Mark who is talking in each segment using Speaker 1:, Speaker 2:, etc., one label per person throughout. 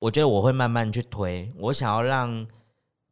Speaker 1: 我觉得我会慢慢去推，我想要让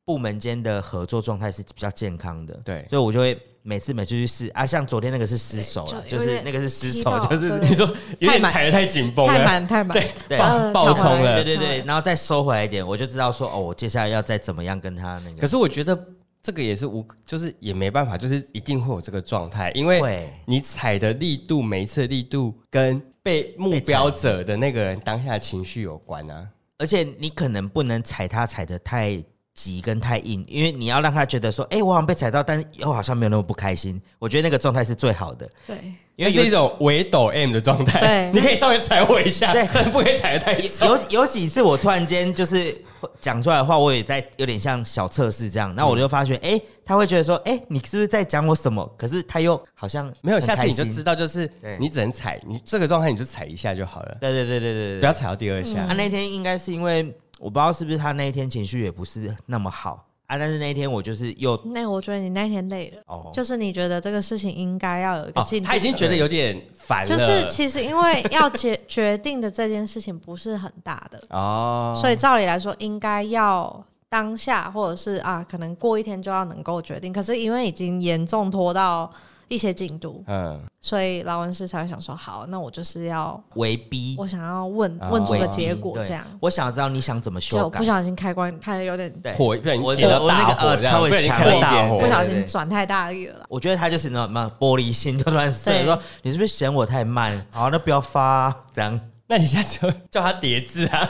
Speaker 1: 部门间的合作状态是比较健康的，
Speaker 2: 对
Speaker 1: 所以我就会每次每次去试啊，像昨天那个是失手了，
Speaker 3: 对就
Speaker 1: 就
Speaker 3: 有
Speaker 1: 是
Speaker 3: 点
Speaker 1: 那个是失
Speaker 3: 踢
Speaker 1: 手，
Speaker 3: 到
Speaker 1: 就是
Speaker 3: 对
Speaker 2: 你说有点踩的太紧绷
Speaker 4: 太
Speaker 2: 了，
Speaker 4: 满太 满，
Speaker 2: 对
Speaker 1: 对
Speaker 2: 爆
Speaker 3: 呃
Speaker 2: 爆冲了
Speaker 1: 对。对对，然后再收回来一点，我就知道说哦，我接下来要再怎么样跟他那个
Speaker 2: 可是我觉得这个也是无，就是也没办法，就是一定会有这个状态，因为
Speaker 1: 会
Speaker 2: 你踩的力度，每一次的力度跟被目标者的那个人当下的情绪有关啊。
Speaker 1: 而且你可能不能踩他踩的太急跟太硬，因为你要让他觉得说，哎、我好像被踩到，但是又好像没有那么不开心。我觉得那个状态是最好的，
Speaker 3: 对，
Speaker 1: 因为
Speaker 2: 那
Speaker 1: 有
Speaker 2: 是一种围抖 M 的状态，
Speaker 4: 对
Speaker 2: 你可以稍微踩我一下，
Speaker 1: 对
Speaker 2: 但 不可以踩的太重。
Speaker 1: 有有几次我突然间就是讲出来的话，我也在有点像小测试这样，然后我就发觉，哎、他会觉得说，哎、你是不是在讲我什么？可是他又好像
Speaker 2: 没有，
Speaker 1: 很
Speaker 2: 下次
Speaker 1: 开
Speaker 2: 你就
Speaker 1: 心
Speaker 2: 知。道，就是
Speaker 1: 对
Speaker 2: 你只能踩，你这个状态你就踩一下就好了，
Speaker 1: 对对对对对对嗯
Speaker 2: 不要踩到第二下。
Speaker 1: 他、那天应该是因为我不知道是不是他那一天情绪也不是那么好啊，但是那一天我就是又
Speaker 4: 那我觉得你那天累了，
Speaker 1: 哦，
Speaker 4: 就是你觉得这个事情应该要有一个
Speaker 2: 哦
Speaker 4: 进，度的、
Speaker 2: 他已经觉得有点烦了，
Speaker 4: 就是其实因为 要决决定的这件事情不是很大的，
Speaker 2: 哦，
Speaker 4: 所以照理来说应该要当下或者是啊，可能过一天就要能够决定。可是因为已经严重拖到一些进度，
Speaker 2: 嗯，
Speaker 4: 所以劳文师才会想说，好，那我就是要
Speaker 1: 为逼
Speaker 4: 我想要问
Speaker 2: 啊
Speaker 4: 问出
Speaker 1: 为
Speaker 4: 个
Speaker 1: 逼
Speaker 4: 结果
Speaker 1: 对
Speaker 4: 这样。
Speaker 1: 我想知道你想怎么
Speaker 4: 就
Speaker 1: 修改
Speaker 4: 不。小心开关开的有点
Speaker 1: 对
Speaker 2: 火，不然
Speaker 1: 我
Speaker 2: 你点到
Speaker 1: 我那
Speaker 2: 大
Speaker 1: 个
Speaker 2: 火
Speaker 1: 呃
Speaker 2: 这样，
Speaker 1: 稍微
Speaker 2: 不然你
Speaker 1: 强
Speaker 2: 开了大
Speaker 1: 烈
Speaker 2: 火
Speaker 1: 一
Speaker 4: 不
Speaker 1: 点，
Speaker 4: 小
Speaker 1: 对
Speaker 4: 心
Speaker 1: 对
Speaker 4: 转太大力了啦。
Speaker 1: 我觉得他就是那么玻璃心，就乱射，
Speaker 4: 对
Speaker 1: 说你是不是嫌我太慢？好，那不要发啊这样。
Speaker 2: 那你下次叫他叠字啊，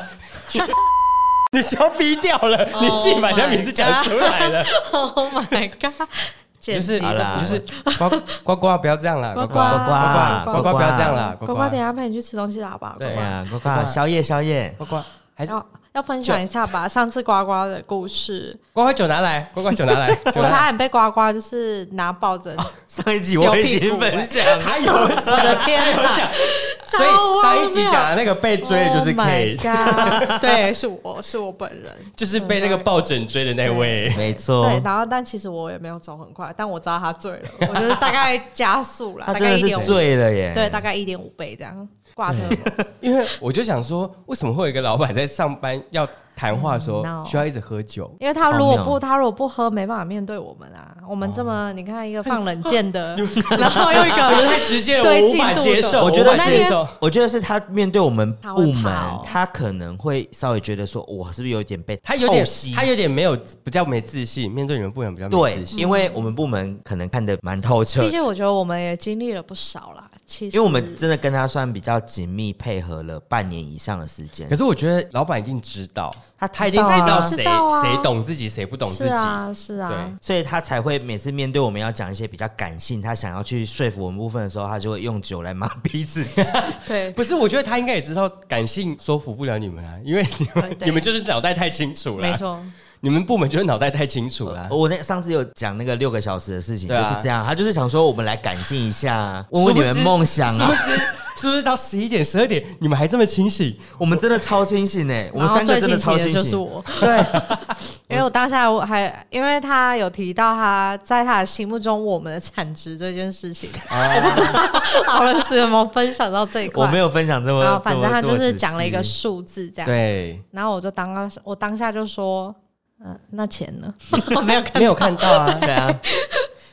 Speaker 2: 你消逼掉了，
Speaker 4: 哦
Speaker 2: 你自己把人家名字讲出来 了，
Speaker 4: Oh my god！
Speaker 2: 就
Speaker 4: 简
Speaker 2: 是
Speaker 4: 直
Speaker 1: 好啦
Speaker 2: 你就是呱呱呱，不要这样啦，
Speaker 4: 呱
Speaker 2: 呱
Speaker 4: 呱
Speaker 1: 呱
Speaker 2: 呱呱呱，不要这样啦，呱
Speaker 4: 呱呱，等一下陪你去吃东西啦，好不好？
Speaker 2: 啊对
Speaker 1: 对哎呀，呱
Speaker 2: 呱
Speaker 1: 呱，宵夜宵夜，
Speaker 2: 呱呱，还是
Speaker 4: 要要分享一下吧，上次呱呱的故事，
Speaker 2: 呱呱酒拿来，呱呱酒拿 来，酒拿
Speaker 4: 我
Speaker 2: 来
Speaker 4: 差点被呱呱就是拿抱枕，
Speaker 1: 上一集我已
Speaker 4: 丢屁
Speaker 1: 经
Speaker 4: 股
Speaker 1: 分享了，
Speaker 2: 还有我
Speaker 4: 的天哪
Speaker 2: 讲，所以上一集讲的那个被 追的就是 K，
Speaker 4: ，Oh God！对，是我是我本人，
Speaker 2: 就是被那个抱枕追的那位，
Speaker 1: 没错
Speaker 4: 对，，然后但其实我也没有走很快，但我知道他 醉了，我就是大概加速了，
Speaker 1: 他
Speaker 4: 大
Speaker 1: 真
Speaker 4: 概
Speaker 1: 的
Speaker 4: 一点
Speaker 1: 是
Speaker 4: 五，
Speaker 1: 醉了耶。
Speaker 4: 对，大概一点五倍这样挂车。
Speaker 2: 因为我就想说，为什么会有一个老板在上班要谈话的时候
Speaker 4: 嗯，no
Speaker 2: 需要一直喝酒？
Speaker 4: 因为他如
Speaker 1: 超
Speaker 4: 果
Speaker 1: 妙
Speaker 4: 不，他如果不喝，没办法面对我们啊。我们这
Speaker 2: 哦
Speaker 4: 么，你看一个放冷箭 的，然后又一
Speaker 2: 我觉得 太
Speaker 4: 个，
Speaker 2: 直接了，我无法接受，
Speaker 1: 我觉得
Speaker 2: 无法接受。
Speaker 1: 我觉得是他面对我们
Speaker 4: 他
Speaker 1: 部
Speaker 4: 会
Speaker 1: 门
Speaker 4: 跑，
Speaker 1: 他可能会稍微觉得说，我是不是有点被
Speaker 2: 他有
Speaker 1: 透
Speaker 2: 点
Speaker 1: 析，
Speaker 2: 他有点没有比较没自信，面对你们部门比较没
Speaker 1: 对
Speaker 2: 自，信。
Speaker 1: 因为我们部门可能看得蛮透彻
Speaker 4: 毕，竟我觉得我们也经历了不少啦。其实，
Speaker 1: 因为我们真的跟他算比较紧密配合了半年以上的时间
Speaker 2: 可。是我觉得老板一定知道，
Speaker 1: 他
Speaker 2: 他一定知
Speaker 1: 知道
Speaker 2: 道
Speaker 1: 啊
Speaker 2: 谁
Speaker 4: 知道啊
Speaker 2: 谁懂自己，谁不懂
Speaker 4: 是
Speaker 2: 自己。
Speaker 4: 啊，是啊，
Speaker 2: 对
Speaker 1: 所以他才会每次面对我们要讲一些比较感性，他想要去说服我们部分的时候，他就会用酒来麻痹自己。
Speaker 4: 对，
Speaker 2: 不是，我觉得他应该也知道感性说服不了你们啊， 因为你
Speaker 4: 呃
Speaker 2: 们
Speaker 4: 对
Speaker 2: 你们就是脑袋太清楚
Speaker 4: 没
Speaker 2: 了，
Speaker 4: 错，
Speaker 2: 你们部门就是脑袋太清楚
Speaker 4: 啊
Speaker 2: 了。
Speaker 1: 我那上次有讲那个六个小时的事情，
Speaker 2: 对啊
Speaker 1: 就是这样，他就是想说我们来感性一下，问问你们梦想
Speaker 2: 是不
Speaker 1: 啊。
Speaker 2: 是？是不是到十一点、十二点你们还这么清醒？
Speaker 1: 我们真的超清醒哎，我
Speaker 4: 然
Speaker 1: 们
Speaker 4: 后
Speaker 1: 三
Speaker 4: 最
Speaker 1: 个真的
Speaker 4: 新奇
Speaker 1: 超
Speaker 4: 的
Speaker 1: 清
Speaker 4: 就是
Speaker 1: 醒。
Speaker 4: 我，
Speaker 1: 对，
Speaker 4: 因为我当下我还因为他有提到他在他的心目中我们的产值这件事情，好了，是有没有分享到这一块？
Speaker 1: 哦我没有分享这
Speaker 4: 然后
Speaker 1: 么，
Speaker 4: 反正他
Speaker 1: 这么
Speaker 4: 就是讲了一个
Speaker 1: 这么仔细
Speaker 4: 数字这样，
Speaker 2: 对，
Speaker 4: 然后我就当我当下就说，嗯、那钱呢？我 没有看
Speaker 2: 没有看到啊。
Speaker 1: 对啊。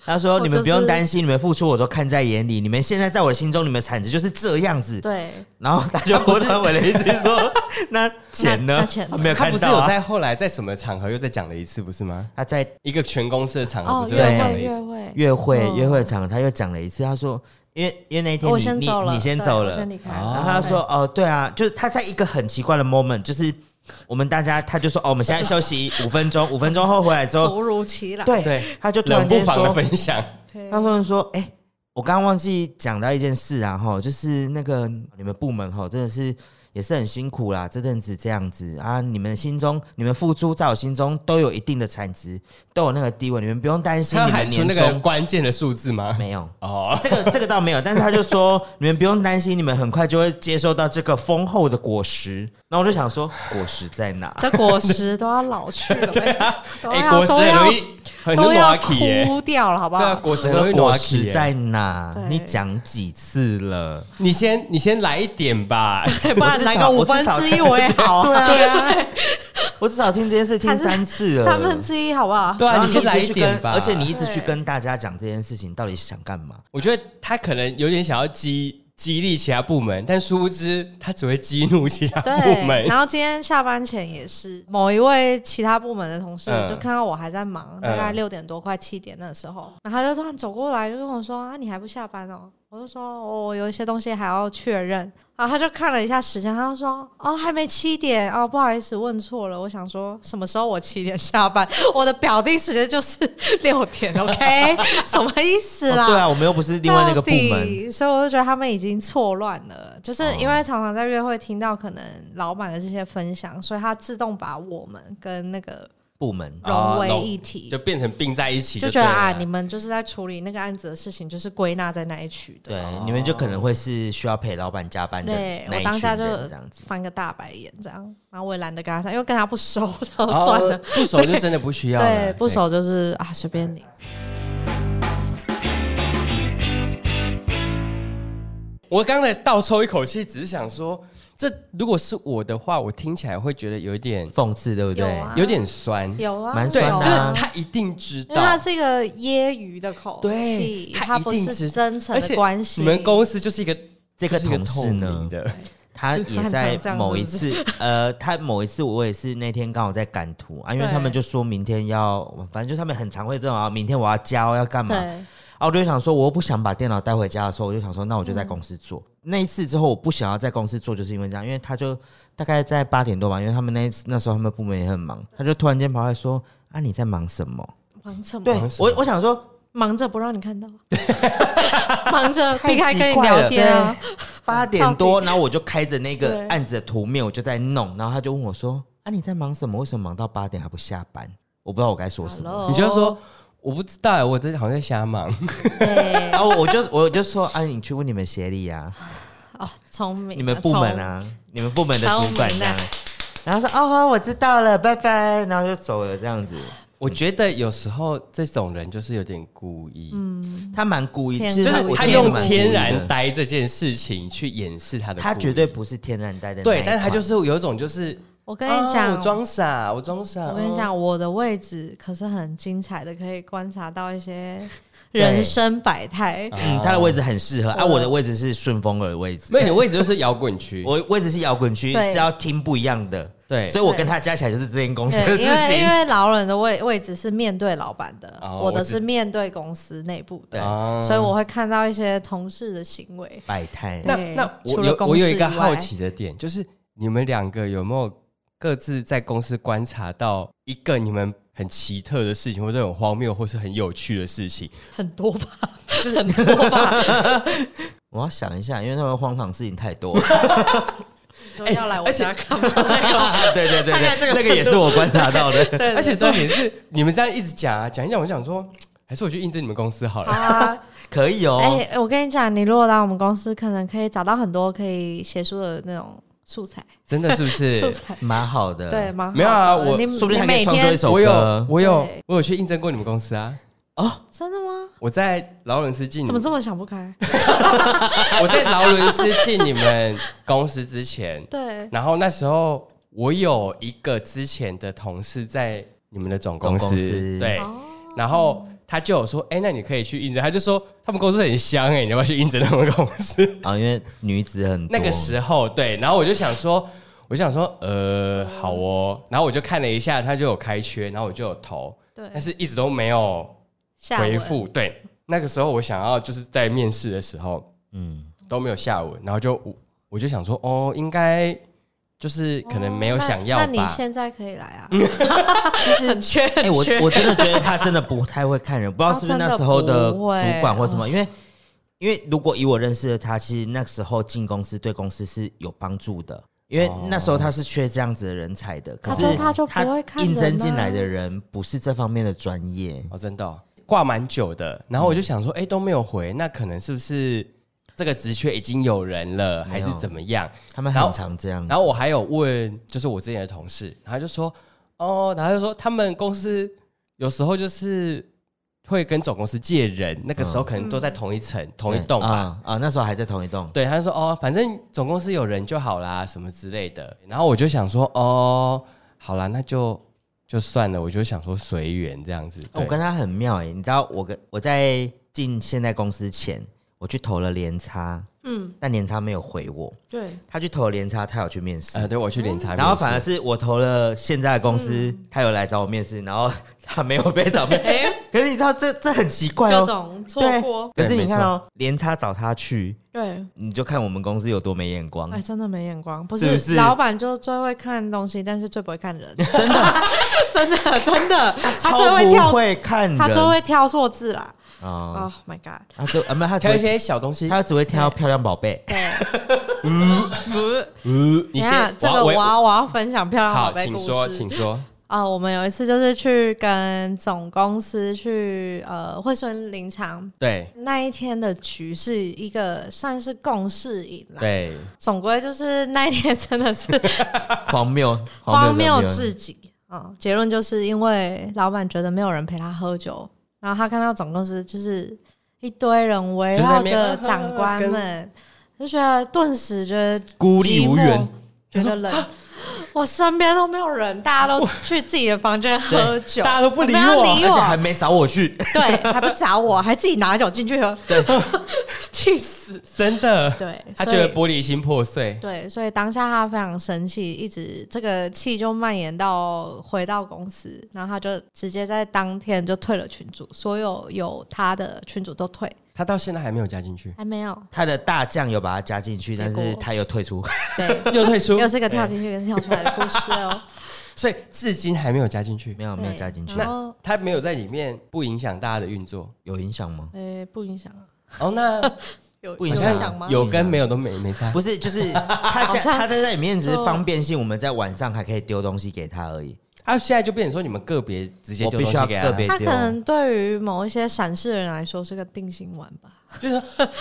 Speaker 1: 他说：“
Speaker 4: 我
Speaker 1: 你们不
Speaker 4: 就
Speaker 1: 用
Speaker 4: 是
Speaker 1: 担心，你们付出我都看在眼里。你们现在在我的心中，你们产值就是这样子。
Speaker 4: 对，
Speaker 1: 然后他就不他回了一句说：“ 那钱呢？
Speaker 4: 那钱呢
Speaker 1: 没有
Speaker 2: 他
Speaker 1: 看
Speaker 2: 不是
Speaker 1: 到、
Speaker 2: 有
Speaker 1: 啊。
Speaker 2: 在后来在什么场合又再讲了一次，不是吗？
Speaker 1: 他在
Speaker 2: 一个全公司的场合
Speaker 4: 哦
Speaker 2: 不，是
Speaker 4: 约
Speaker 2: 又再
Speaker 1: 对
Speaker 2: 讲
Speaker 4: 会
Speaker 2: 了一
Speaker 4: 约
Speaker 2: 次？
Speaker 4: 会，
Speaker 1: 约会、
Speaker 4: 嗯
Speaker 1: 约会场，他又讲了一次，他说：“因为因为那一天
Speaker 4: 我
Speaker 1: 你
Speaker 4: 先
Speaker 1: 你
Speaker 4: 走了，
Speaker 1: 你先
Speaker 4: 对
Speaker 1: 走
Speaker 4: 我
Speaker 1: 了
Speaker 4: 先。离开
Speaker 2: 然”
Speaker 4: 了，
Speaker 1: 然后他说：“哦，对啊，就是他在一个很奇怪的 moment，就是我们大家，他就说哦，我们现在休息五分 钟，五分钟后回来之
Speaker 4: 对
Speaker 1: 后，
Speaker 4: 突如其来，
Speaker 1: 对，
Speaker 2: 对
Speaker 1: 他就突
Speaker 2: 冷
Speaker 1: 然
Speaker 2: 不
Speaker 1: 间
Speaker 2: 防的
Speaker 1: 说，
Speaker 2: 分享，
Speaker 4: 对
Speaker 1: 他突然说，哎、我刚刚忘记讲到一件事啊，哈，就是那个你们部门哈，真的是也是很辛苦啦，这阵子这样子啊，你们心中你们付出在我心中都有一定的产值，都有那个地位，你们不用担心
Speaker 2: 他
Speaker 1: 你
Speaker 2: 喊
Speaker 1: 们
Speaker 2: 出
Speaker 1: 年
Speaker 2: 那个
Speaker 1: 终
Speaker 2: 关键的数字吗？
Speaker 1: 没有。”
Speaker 2: 哦，
Speaker 1: 这个这个倒没有，但是他就说你们不用担心，你们很快就会接收到这个丰厚的果实。那我就想说，果实在哪？
Speaker 4: 这果实都要老 去了，都
Speaker 2: 哎，
Speaker 4: 要
Speaker 2: 果实
Speaker 4: 都
Speaker 2: 很
Speaker 4: 要
Speaker 2: 容易很
Speaker 4: 都
Speaker 2: 容易
Speaker 4: 要
Speaker 2: 瓦起耶，
Speaker 4: 枯掉了，好不
Speaker 2: 对啊，
Speaker 4: 好？
Speaker 2: 果实
Speaker 1: 这
Speaker 2: 很容
Speaker 1: 个
Speaker 2: 易
Speaker 1: 果
Speaker 2: 瓦起
Speaker 1: 实在
Speaker 2: 耶。
Speaker 1: 哪？
Speaker 4: 对
Speaker 1: 你讲几次了？
Speaker 2: 你先你先来一点吧，
Speaker 4: 对不然
Speaker 1: 至
Speaker 4: 来
Speaker 1: 少
Speaker 4: 个五
Speaker 1: 我至
Speaker 4: 分
Speaker 1: 少
Speaker 4: 之一我也好
Speaker 1: 对
Speaker 4: 啊，
Speaker 1: 啊， 对啊，我至少听这件事听
Speaker 4: 还是
Speaker 1: 三次了，
Speaker 4: 啊三分之一好不好？
Speaker 2: 对
Speaker 1: 然
Speaker 2: 啊，
Speaker 1: 后你一
Speaker 2: 你先
Speaker 1: 直
Speaker 2: 来一
Speaker 1: 去
Speaker 2: 点
Speaker 1: 跟
Speaker 2: 吧。
Speaker 1: 而且你一直去
Speaker 4: 对
Speaker 1: 跟大家讲这件事情到底想干嘛？
Speaker 2: 我觉得他可能有点想要激激励其他部门，但殊不知他只会激怒其他部
Speaker 4: 对，
Speaker 2: 门。
Speaker 4: 然后今天下班前也是某一位其他部门的同事
Speaker 2: 嗯
Speaker 4: 就看到我还在忙，大概
Speaker 2: 嗯
Speaker 4: 六点多快七点那时候，然后他就突然走过来就跟我说：“啊，你还不下班哦？”我就说：“哦我有一些东西还要确认。”然后他就看了一下时间，他就说：“哦，还没七点哦，不好意思，问错了。”我想说什么时候我七点下班？ 我的表定时间就是 六点，OK？什 么意思啦？
Speaker 1: 哦对啊，我们又不是另外那个部
Speaker 4: 到
Speaker 1: 门，
Speaker 4: 底所以我就觉得他们已经错乱了，就是
Speaker 2: 哦
Speaker 4: 因为常常在约会听到可能老板的这些分享，所以他自动把我们跟那个
Speaker 1: 部门
Speaker 4: 融为一体，
Speaker 2: 哦就变成并在一起
Speaker 4: 就
Speaker 2: 就
Speaker 4: 觉
Speaker 2: 对
Speaker 4: 得
Speaker 2: 了，
Speaker 4: 啊，你们就是在处理那个案子的事情，就是归纳在那一区的。
Speaker 1: 对，你们就可能会是需要陪老板加班的
Speaker 4: 对
Speaker 1: 那
Speaker 4: 我
Speaker 1: 一
Speaker 4: 当
Speaker 1: 群
Speaker 4: 下就
Speaker 1: 人这样子。
Speaker 4: 翻个大白眼，这样，然后我也懒得跟他上，因为跟他不熟，然
Speaker 2: 哦
Speaker 4: 后算了。
Speaker 2: 不熟就真的不需要了哎
Speaker 4: 对，不。熟就是啊，随便你。
Speaker 2: 我刚才倒抽一口气，只是想说，这如果是我的话，我听起来会觉得有一点
Speaker 1: 讽刺对不对？
Speaker 4: 有啊
Speaker 2: 有点酸。
Speaker 4: 有啊，
Speaker 1: 蛮
Speaker 2: 对，
Speaker 1: 酸
Speaker 4: 有
Speaker 1: 的
Speaker 2: 就是
Speaker 1: 啊
Speaker 4: 啊
Speaker 2: 他一定知
Speaker 4: 因为他
Speaker 2: 道。
Speaker 4: 是一个揶揄的口
Speaker 2: 对
Speaker 4: 气，
Speaker 2: 他
Speaker 4: 他不
Speaker 2: 一定知
Speaker 4: 是真诚
Speaker 2: 而
Speaker 4: 的
Speaker 2: 且
Speaker 4: 关系。
Speaker 2: 你们公司就是一个
Speaker 1: 这个
Speaker 2: 就是一
Speaker 1: 同
Speaker 2: 透
Speaker 1: 事呢
Speaker 2: 明，的，
Speaker 1: 他
Speaker 4: 就是
Speaker 1: 也
Speaker 4: 很
Speaker 1: 在
Speaker 4: 常这样
Speaker 1: 某一
Speaker 4: 是不
Speaker 1: 次，呃，他某一次我也是那天刚好在赶图啊，因为
Speaker 4: 对
Speaker 1: 他们就说明天要，反正就他们很常会这种啊，明天我要交要干嘛
Speaker 4: 对。
Speaker 1: 啊，我就想说，我又不想把电脑带回家的时候，我就想说，那我就
Speaker 4: 嗯
Speaker 1: 在公司做。那一次之后，我不想要在公司做，就是因为这样，因为他就大概在八点多吧，因为他们那一次那时候他们部门也很忙，他就突然间跑来说：“啊，你在忙什么
Speaker 4: 忙什？”
Speaker 1: 对
Speaker 4: 么？
Speaker 2: 忙什么
Speaker 1: 我，我想说，
Speaker 4: 忙着不让你看到， 忙着
Speaker 1: 太
Speaker 4: 避开跟
Speaker 1: 奇
Speaker 4: 你
Speaker 1: 怪了
Speaker 4: 聊天啊。
Speaker 1: 八点多，然后我就开着那个
Speaker 4: 对
Speaker 1: 案子的图面，我就在弄，然后他就问我说：“啊，你在忙什么？为什么忙到八点还不下班？”我不知道我该说什么。
Speaker 4: Hello
Speaker 2: 你就说我不知道，我这好像在瞎忙。
Speaker 4: 对
Speaker 1: 然后我就我就说：“啊，你去问你们协理啊，
Speaker 4: 哦，聪明啊，
Speaker 1: 你们部门啊，你们部门的主管
Speaker 4: 聪明
Speaker 1: 啊
Speaker 4: 啊。”
Speaker 1: 然后说：“哦，好我知道了，拜拜。”然后就走了，这样子。
Speaker 2: 我觉得有时候这种人就是有点故意，
Speaker 4: 嗯
Speaker 1: 他蛮故意，
Speaker 4: 天
Speaker 1: 其
Speaker 2: 就
Speaker 1: 实
Speaker 2: 是
Speaker 1: 我
Speaker 2: 他
Speaker 1: 觉得
Speaker 2: 用
Speaker 1: 蛮故意
Speaker 2: 天
Speaker 1: 的
Speaker 2: 然呆这件事情去掩饰他的故意，
Speaker 1: 他绝对不是天然呆的那一款。
Speaker 2: 对，但是他就是有一种就是
Speaker 4: 聪明。我
Speaker 2: 我
Speaker 4: 跟你讲，
Speaker 1: 啊
Speaker 2: 啊我装傻，我装傻。
Speaker 4: 我跟你
Speaker 2: 哦，
Speaker 4: 讲，我的位置可是很精彩的，可以观察到一些人生百态。
Speaker 1: 嗯，他的位置很适合啊，我的位置是顺风耳的位置，
Speaker 2: 没有，你的位置就是摇滚区，
Speaker 1: 我位置是摇滚区，
Speaker 4: 对
Speaker 1: 是要听不一样的。
Speaker 2: 对
Speaker 1: 所以我跟他加起来就是这间公司的
Speaker 4: 对，
Speaker 1: 事
Speaker 4: 因为因
Speaker 1: 情。
Speaker 4: 为老人的位位置是面对老板的，
Speaker 1: 啊
Speaker 2: 哦
Speaker 4: 我的
Speaker 2: 我知
Speaker 4: 是面对公司内部的，
Speaker 2: 啊
Speaker 4: 所以我会看到一些同事的行为。
Speaker 1: 百态，
Speaker 2: 那
Speaker 4: 对
Speaker 2: 那
Speaker 4: 除
Speaker 2: 我
Speaker 4: 了
Speaker 2: 有
Speaker 4: 公
Speaker 2: 我有
Speaker 4: 事
Speaker 2: 一个
Speaker 4: 以
Speaker 2: 好
Speaker 4: 外
Speaker 2: 奇的点，就是你们两个有没有各自在公司观察到一个你们很奇特的事情，或者很荒谬，或是很有趣的事情？
Speaker 4: 很多吧，就是很多吧，
Speaker 1: 我要想一下，因为他们荒唐事情太多 了。哎
Speaker 4: 说要来我家 干嘛？
Speaker 1: 对对对
Speaker 4: 大概
Speaker 1: 对，
Speaker 4: 这个
Speaker 1: 那个也是我观察到 的。
Speaker 4: 对
Speaker 2: 而且
Speaker 4: 对
Speaker 2: 重点是，你们这样一直讲啊，讲一讲，我就想说，还是我去应征你们公司好
Speaker 4: 好
Speaker 2: 了。
Speaker 4: 啊，
Speaker 1: 可以
Speaker 4: 哎、
Speaker 1: 哦，
Speaker 4: 我跟你讲，你如果来我们公司，可能可以找到很多可以写书的那种素材，
Speaker 2: 真的是不
Speaker 4: 素
Speaker 2: 是？
Speaker 4: 材
Speaker 1: 蛮好的。
Speaker 4: 对，蛮好的
Speaker 2: 没有啊我
Speaker 4: 你
Speaker 1: 说不定还
Speaker 4: 你
Speaker 1: 可以
Speaker 4: 每
Speaker 1: 创作一
Speaker 4: 天
Speaker 1: 首
Speaker 2: 我
Speaker 1: 歌
Speaker 2: 有，。我有
Speaker 4: 对，
Speaker 2: 我有去应征过你们公司啊。
Speaker 4: 真的吗？
Speaker 2: 我在劳伦斯进，
Speaker 4: 怎么这么想不开？
Speaker 2: 我在劳伦斯进你们公司之前，
Speaker 4: 对，
Speaker 2: 然后那时候我有一个之前的同事在你们的总公司，
Speaker 1: 总公司
Speaker 2: 对，
Speaker 4: 哦
Speaker 2: 然后他就有说，哎、那你可以去应征，他就说他们公司很香哎、你要不要去应征他们公 司？
Speaker 1: 啊，因为女子很多。
Speaker 2: 那个时候对，然后我就想说。我就想说，呃，好哦，然后我就看了一下，他就有开缺，然后我就有投，
Speaker 4: 对
Speaker 2: 但，是一直都没有
Speaker 4: 下文
Speaker 2: 回复。对，那个时候我想要就是在面试的时候，
Speaker 1: 嗯，
Speaker 2: 都没有下文，然后就我我就想说，哦，应该就是可能没有想要
Speaker 4: 哦
Speaker 2: 吧。
Speaker 4: 那。那你现在可以来啊，就是很缺
Speaker 1: 哎，
Speaker 4: 很
Speaker 1: 我
Speaker 4: 缺。
Speaker 1: 我真的觉得他真的不太会看人，不知道是不是那时候的
Speaker 4: 哦他真的
Speaker 1: 主
Speaker 4: 不会哦
Speaker 1: 管或什么，因为。因为如果以我认识的他，其实那时候进公司对公司是有帮助的，因为那时候他是缺这样子的人才的。可
Speaker 4: 他
Speaker 1: 是
Speaker 4: 说他就不会看人啊
Speaker 1: 应征进来的人不是这方面的专业，
Speaker 2: 哦，真的哦、挂蛮久的，然后我就想
Speaker 4: 嗯
Speaker 2: 说，哎、都没有回，那可能是不是这个职缺已经有人了，还是怎么样？
Speaker 4: 嗯
Speaker 1: 他们
Speaker 2: 然后
Speaker 1: 很常这样。
Speaker 2: 然后我还有问，就是我之前的同事，然后他就说，哦，然后他就说他们公司有时候就是会跟总公司借人，那个时候
Speaker 4: 嗯
Speaker 2: 可能都在同一层、同一栋吧。
Speaker 1: 啊啊，那时候还在同一栋，
Speaker 2: 对，他就说哦，反正总公司有人就好啦，什么之类的。然后我就想说哦，好啦，那就就算了，我就想说随缘这样子。
Speaker 1: 我
Speaker 2: 对
Speaker 1: 跟他很妙哎、你知道我跟我在进现在公司前，我去投了联差，
Speaker 4: 嗯，
Speaker 1: 但联差没有回我，
Speaker 4: 对，
Speaker 1: 他去投了联差，他有去面试。
Speaker 2: 呃，对我去连查面试，
Speaker 1: 然后反而是我投了现在的公司，
Speaker 4: 嗯
Speaker 1: 他有来找我面试，然后他没有被找面。
Speaker 4: 哎，
Speaker 1: 可是你知道这这很奇怪
Speaker 4: 各
Speaker 1: 哦，
Speaker 4: 种错
Speaker 1: 对
Speaker 4: 过，。
Speaker 1: 可是
Speaker 2: 对
Speaker 1: 你
Speaker 2: 没错
Speaker 1: 看哦，连差找他去，
Speaker 4: 对，
Speaker 1: 你就看我们公司有多没眼光
Speaker 4: 哎，。真的没眼光，不
Speaker 1: 是不
Speaker 4: 是
Speaker 1: 是
Speaker 4: 老板就最会看东西，但是最不会看人，真的， 真的，真的，他最
Speaker 1: 超
Speaker 4: 会
Speaker 1: 不
Speaker 4: 挑，
Speaker 1: 会看人，
Speaker 4: 他最会挑错字啦。
Speaker 1: 啊，
Speaker 4: Oh my god！
Speaker 1: 他就啊没有他只
Speaker 2: 挑一
Speaker 1: 会
Speaker 2: 些小东西。
Speaker 1: 他只会挑漂亮宝贝。
Speaker 4: 对，
Speaker 2: 嗯，
Speaker 4: 不是，
Speaker 2: 呃你
Speaker 4: 等一下
Speaker 2: 先
Speaker 4: 这个我
Speaker 2: 要
Speaker 4: 要我要分享漂亮宝
Speaker 2: 好，
Speaker 4: 贝故
Speaker 2: 请
Speaker 4: 事。
Speaker 2: 说，请说。
Speaker 4: 啊、我们有一次就是去跟总公司去呃惠顺林场
Speaker 2: 对
Speaker 4: 那一天的局是一个算是共事营啦，
Speaker 2: 对，
Speaker 4: 总归就是那一天真的是
Speaker 1: 荒谬，
Speaker 2: 哦
Speaker 4: 荒谬
Speaker 1: 的
Speaker 4: 至极啊、嗯结论就是因为老板觉得没有人陪他喝酒，然后他看到总公司就是一堆人围
Speaker 2: 就在那
Speaker 4: 绕
Speaker 2: 边
Speaker 4: 着
Speaker 2: 啊
Speaker 4: 长官
Speaker 2: 跟
Speaker 4: 们，就觉得顿时觉得
Speaker 1: 孤立无援，啊
Speaker 4: 觉得冷。 我身边都没有人，大家都去自己的房间喝酒，
Speaker 2: 大家都不理
Speaker 4: 没有
Speaker 2: 我
Speaker 4: 理
Speaker 1: 而且还
Speaker 4: 我，
Speaker 1: 没找我去，
Speaker 4: 对，还不找我，还自己拿酒进去喝， 气死！
Speaker 2: 真的，
Speaker 4: 对，
Speaker 2: 他觉
Speaker 4: 所以
Speaker 2: 得玻璃心破碎。
Speaker 4: 对，所以当下他非常生气，一直这个气就蔓延到回到公司，然后他就直接在当天就退了群主，所有有他的群主都退，
Speaker 2: 他到现在还没有加进去，
Speaker 4: 还没有，
Speaker 1: 他的大酱有把它加进去，
Speaker 4: 结
Speaker 1: 但
Speaker 4: 果
Speaker 1: 是他又退出，
Speaker 4: 对，
Speaker 2: 又退出，
Speaker 4: 又是一个跳进去跟跳出来的故事 哦，
Speaker 2: 所以至今还没有加进去。
Speaker 1: 没有没有加进去
Speaker 4: 对，然后
Speaker 2: 他没有在里面，不影响大家的运作。
Speaker 1: 有影响吗？
Speaker 4: 诶、不影响啊，
Speaker 2: 哦，那
Speaker 4: 有
Speaker 1: 不
Speaker 4: 有
Speaker 1: 影
Speaker 4: 影
Speaker 1: 响啊
Speaker 4: 响吗？
Speaker 2: 有跟没有都没没差。
Speaker 1: 不是， 就是他
Speaker 4: 好
Speaker 1: 加
Speaker 4: 像
Speaker 1: 他在在里面只是
Speaker 4: 就
Speaker 1: 方便性，我们在晚上还可以丢东西给他而已。
Speaker 2: 啊，现在就变成说你们个别直接
Speaker 1: 我
Speaker 2: 丢
Speaker 1: 必
Speaker 2: 东
Speaker 1: 须要
Speaker 2: 西给
Speaker 1: 个
Speaker 2: 他
Speaker 1: 别
Speaker 4: 他可能对于某一些闪市人来说是个定心丸吧。
Speaker 2: 就是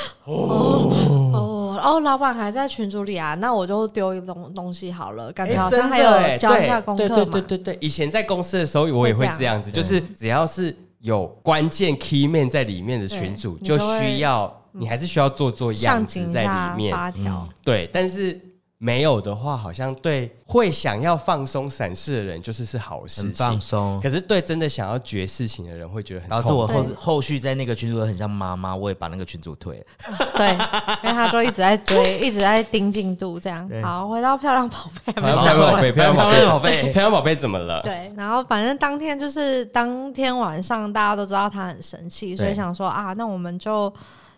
Speaker 4: 哦哦，老板还在群组里啊，那我就丢一东东西好了，感觉
Speaker 2: 哎
Speaker 4: 好
Speaker 2: 真
Speaker 4: 像还
Speaker 2: 的哎
Speaker 4: 有交一
Speaker 2: 对
Speaker 4: 下功
Speaker 2: 对
Speaker 4: 课嘛。
Speaker 2: 对对对对，以前在公司的时候我也会
Speaker 4: 会啊
Speaker 2: 这
Speaker 4: 这
Speaker 2: 样
Speaker 4: 样
Speaker 2: 子，就是只要是有关键 key man 在里面的
Speaker 4: 对
Speaker 2: 群组，
Speaker 4: 你
Speaker 2: 就
Speaker 4: 就会嗯
Speaker 2: 需要你还是需要做做样
Speaker 4: 上
Speaker 2: 子
Speaker 4: 紧
Speaker 2: 在
Speaker 4: 下
Speaker 2: 里面。嗯
Speaker 4: 发条，
Speaker 2: 对，但是没有的话，好像对会想要放松散事的人，就是是好事
Speaker 1: 很
Speaker 2: 情
Speaker 1: 放。松。
Speaker 2: 可是对真的想要绝事情的人，会觉得很
Speaker 1: 导
Speaker 2: 痛
Speaker 1: 致我
Speaker 2: 苦。
Speaker 1: 后
Speaker 4: 对
Speaker 1: 后续在那个群组很像妈妈，我也把那个群组退了。
Speaker 4: 对，因为他就一直在追，一直在盯进度这样
Speaker 1: 对。
Speaker 4: 好，回到漂亮宝贝，
Speaker 2: 漂亮宝贝，漂亮宝贝，
Speaker 1: 漂亮宝贝
Speaker 2: 漂亮宝贝怎么 了？
Speaker 4: 对，然后反正当天就是当天晚上，大家都知道他很生气，所以
Speaker 2: 对
Speaker 4: 想说啊，那我们就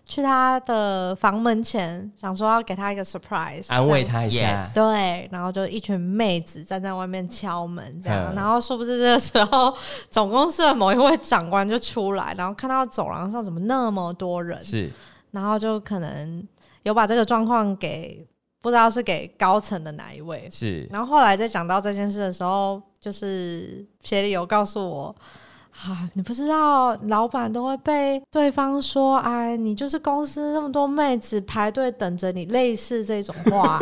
Speaker 4: 去他的房门前，想说要给他一个 surprise，
Speaker 2: 安慰
Speaker 4: 这样。
Speaker 2: 他一下
Speaker 1: Yes。
Speaker 4: 对，然后就一群妹子站在外面敲门，这样。
Speaker 2: 嗯
Speaker 4: 然后殊不知这个时候，总公司的某一位长官就出来，然后看到走廊上怎么那么多人，
Speaker 2: 是，
Speaker 4: 然后就可能有把这个状况给不知道是给高层的哪一位。
Speaker 2: 是，
Speaker 4: 然后后来在讲到这件事的时候，就是协理有告诉我。啊，你不知道，老板都会被对方说，哎，你就是公司那么多妹子排队等着你，类似这种 话。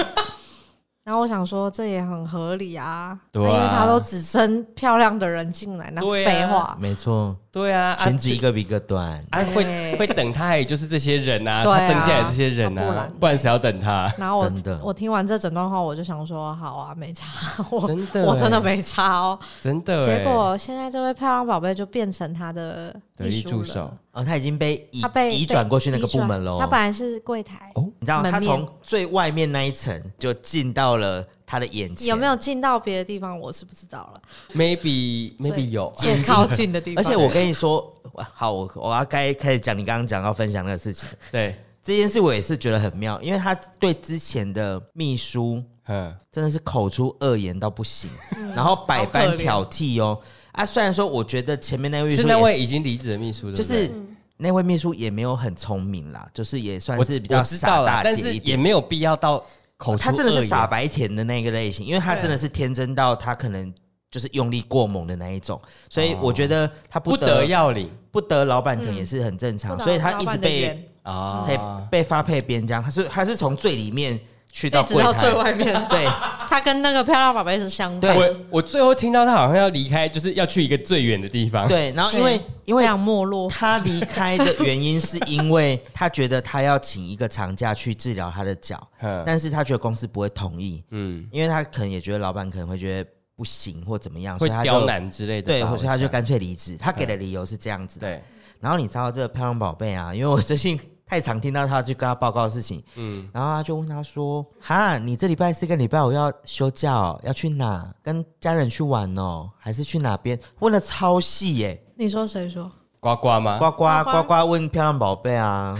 Speaker 4: 然后我想说，这也很合理啊，
Speaker 2: 对
Speaker 4: 因为
Speaker 2: 啊
Speaker 4: 他都只争漂亮的人进来，那
Speaker 2: 对啊
Speaker 4: 废话，
Speaker 1: 没错，
Speaker 2: 对啊，啊
Speaker 1: 裙子一个比一个短。
Speaker 2: 啊会
Speaker 4: 对
Speaker 2: 会等他，也就是这些人啊，
Speaker 4: 对啊
Speaker 2: 他增加也这些人
Speaker 4: 啊不
Speaker 2: 啊
Speaker 4: 然，
Speaker 2: 不然谁要等他？
Speaker 4: 然后我
Speaker 1: 真的
Speaker 4: 我听完这整段话，我就想说，好啊，没差， 我
Speaker 2: 真的欸
Speaker 4: 我真的没差哦。
Speaker 2: 真的欸，
Speaker 4: 结果现在这位漂亮宝贝就变成他的
Speaker 2: 得力助
Speaker 4: 了
Speaker 2: 手，
Speaker 1: 哦，他已经被移
Speaker 4: 他被
Speaker 1: 移转过去那个部门喽。
Speaker 4: 移转他本来是柜台，
Speaker 2: 哦
Speaker 1: 你知道，
Speaker 4: 门
Speaker 1: 他
Speaker 4: 面
Speaker 1: 从最外面那一层就进到了他的眼前，
Speaker 4: 有没有进到别的地方，我是不知道 了。
Speaker 2: maybe maybe 有，
Speaker 4: 最靠近的地
Speaker 1: 而
Speaker 4: 方，
Speaker 1: 且我跟你说，好，我我要该开始讲你刚刚讲到分享那个事情，
Speaker 2: 对，
Speaker 1: 这件事我也是觉得很妙，因为他对之前的秘书
Speaker 2: 嗯，
Speaker 1: 真的是口出恶言到不 行，
Speaker 4: 嗯
Speaker 1: 然后百般挑剔哦。啊，虽然说我觉得前面那位秘书
Speaker 2: 是那
Speaker 1: 也
Speaker 2: 位已经离职的秘书，
Speaker 1: 就
Speaker 2: 对不对
Speaker 1: 是那位秘书也没有很聪明啦，就是也算
Speaker 2: 我
Speaker 1: 是比
Speaker 2: 我
Speaker 1: 较
Speaker 2: 知道
Speaker 1: 傻
Speaker 2: 了，
Speaker 1: 大
Speaker 2: 但
Speaker 1: 姐
Speaker 2: 是
Speaker 1: 一
Speaker 2: 也
Speaker 1: 点。哦
Speaker 2: 没有必要到口出
Speaker 1: 他真的
Speaker 2: 恶
Speaker 1: 是
Speaker 2: 言
Speaker 1: 傻白甜的那个类型，因为他
Speaker 4: 对
Speaker 1: 真的是天真到他可能就是用力过猛的那一种，所以我觉得他
Speaker 2: 不
Speaker 1: 不得
Speaker 2: 得要领
Speaker 1: 不得老板疼也是很正常，
Speaker 4: 嗯不打
Speaker 1: 所以他
Speaker 4: 老
Speaker 1: 一直
Speaker 4: 板的
Speaker 1: 被
Speaker 4: 缘
Speaker 2: 啊
Speaker 1: 被被发配边疆，他是他是从最里面去
Speaker 4: 一
Speaker 1: 到
Speaker 4: 直
Speaker 1: 柜
Speaker 4: 到最
Speaker 1: 台，
Speaker 4: 外面，
Speaker 1: 对
Speaker 4: 他跟那个漂亮宝贝是相
Speaker 1: 对
Speaker 4: 关，
Speaker 2: 我我最后听到他好像要离开，就是要去一个最远的地方。
Speaker 1: 对，然后因为
Speaker 4: 对
Speaker 1: 因
Speaker 4: 非
Speaker 1: 为
Speaker 4: 常没落。
Speaker 1: 他离开的原因是因为他觉得他要请一个长假去治疗他的脚，
Speaker 2: 嗯
Speaker 1: 但是他觉得公司不会同意，
Speaker 2: 嗯，
Speaker 1: 因为他可能也觉得老板可能会觉得不行或怎么样，所以
Speaker 2: 会
Speaker 1: 他
Speaker 2: 刁
Speaker 1: 就
Speaker 2: 难之类的
Speaker 1: 对，
Speaker 2: 吧。
Speaker 1: 所以他
Speaker 2: 想
Speaker 1: 就干脆离职。他给的理由是这样子的。
Speaker 2: 对，
Speaker 1: 然后你知道这个漂亮宝贝啊，因为我最近太常听到他去跟他报告的事情，嗯，然后他就问他说：“哈，你这礼拜四跟礼拜五要休假、哦，要去哪？跟家人去玩哦，还是去哪边？”问的超细耶、
Speaker 4: 你说谁说？
Speaker 2: 呱呱吗？
Speaker 1: 呱呱
Speaker 4: 呱
Speaker 1: 呱
Speaker 4: 呱
Speaker 1: 呱问漂亮宝贝 啊，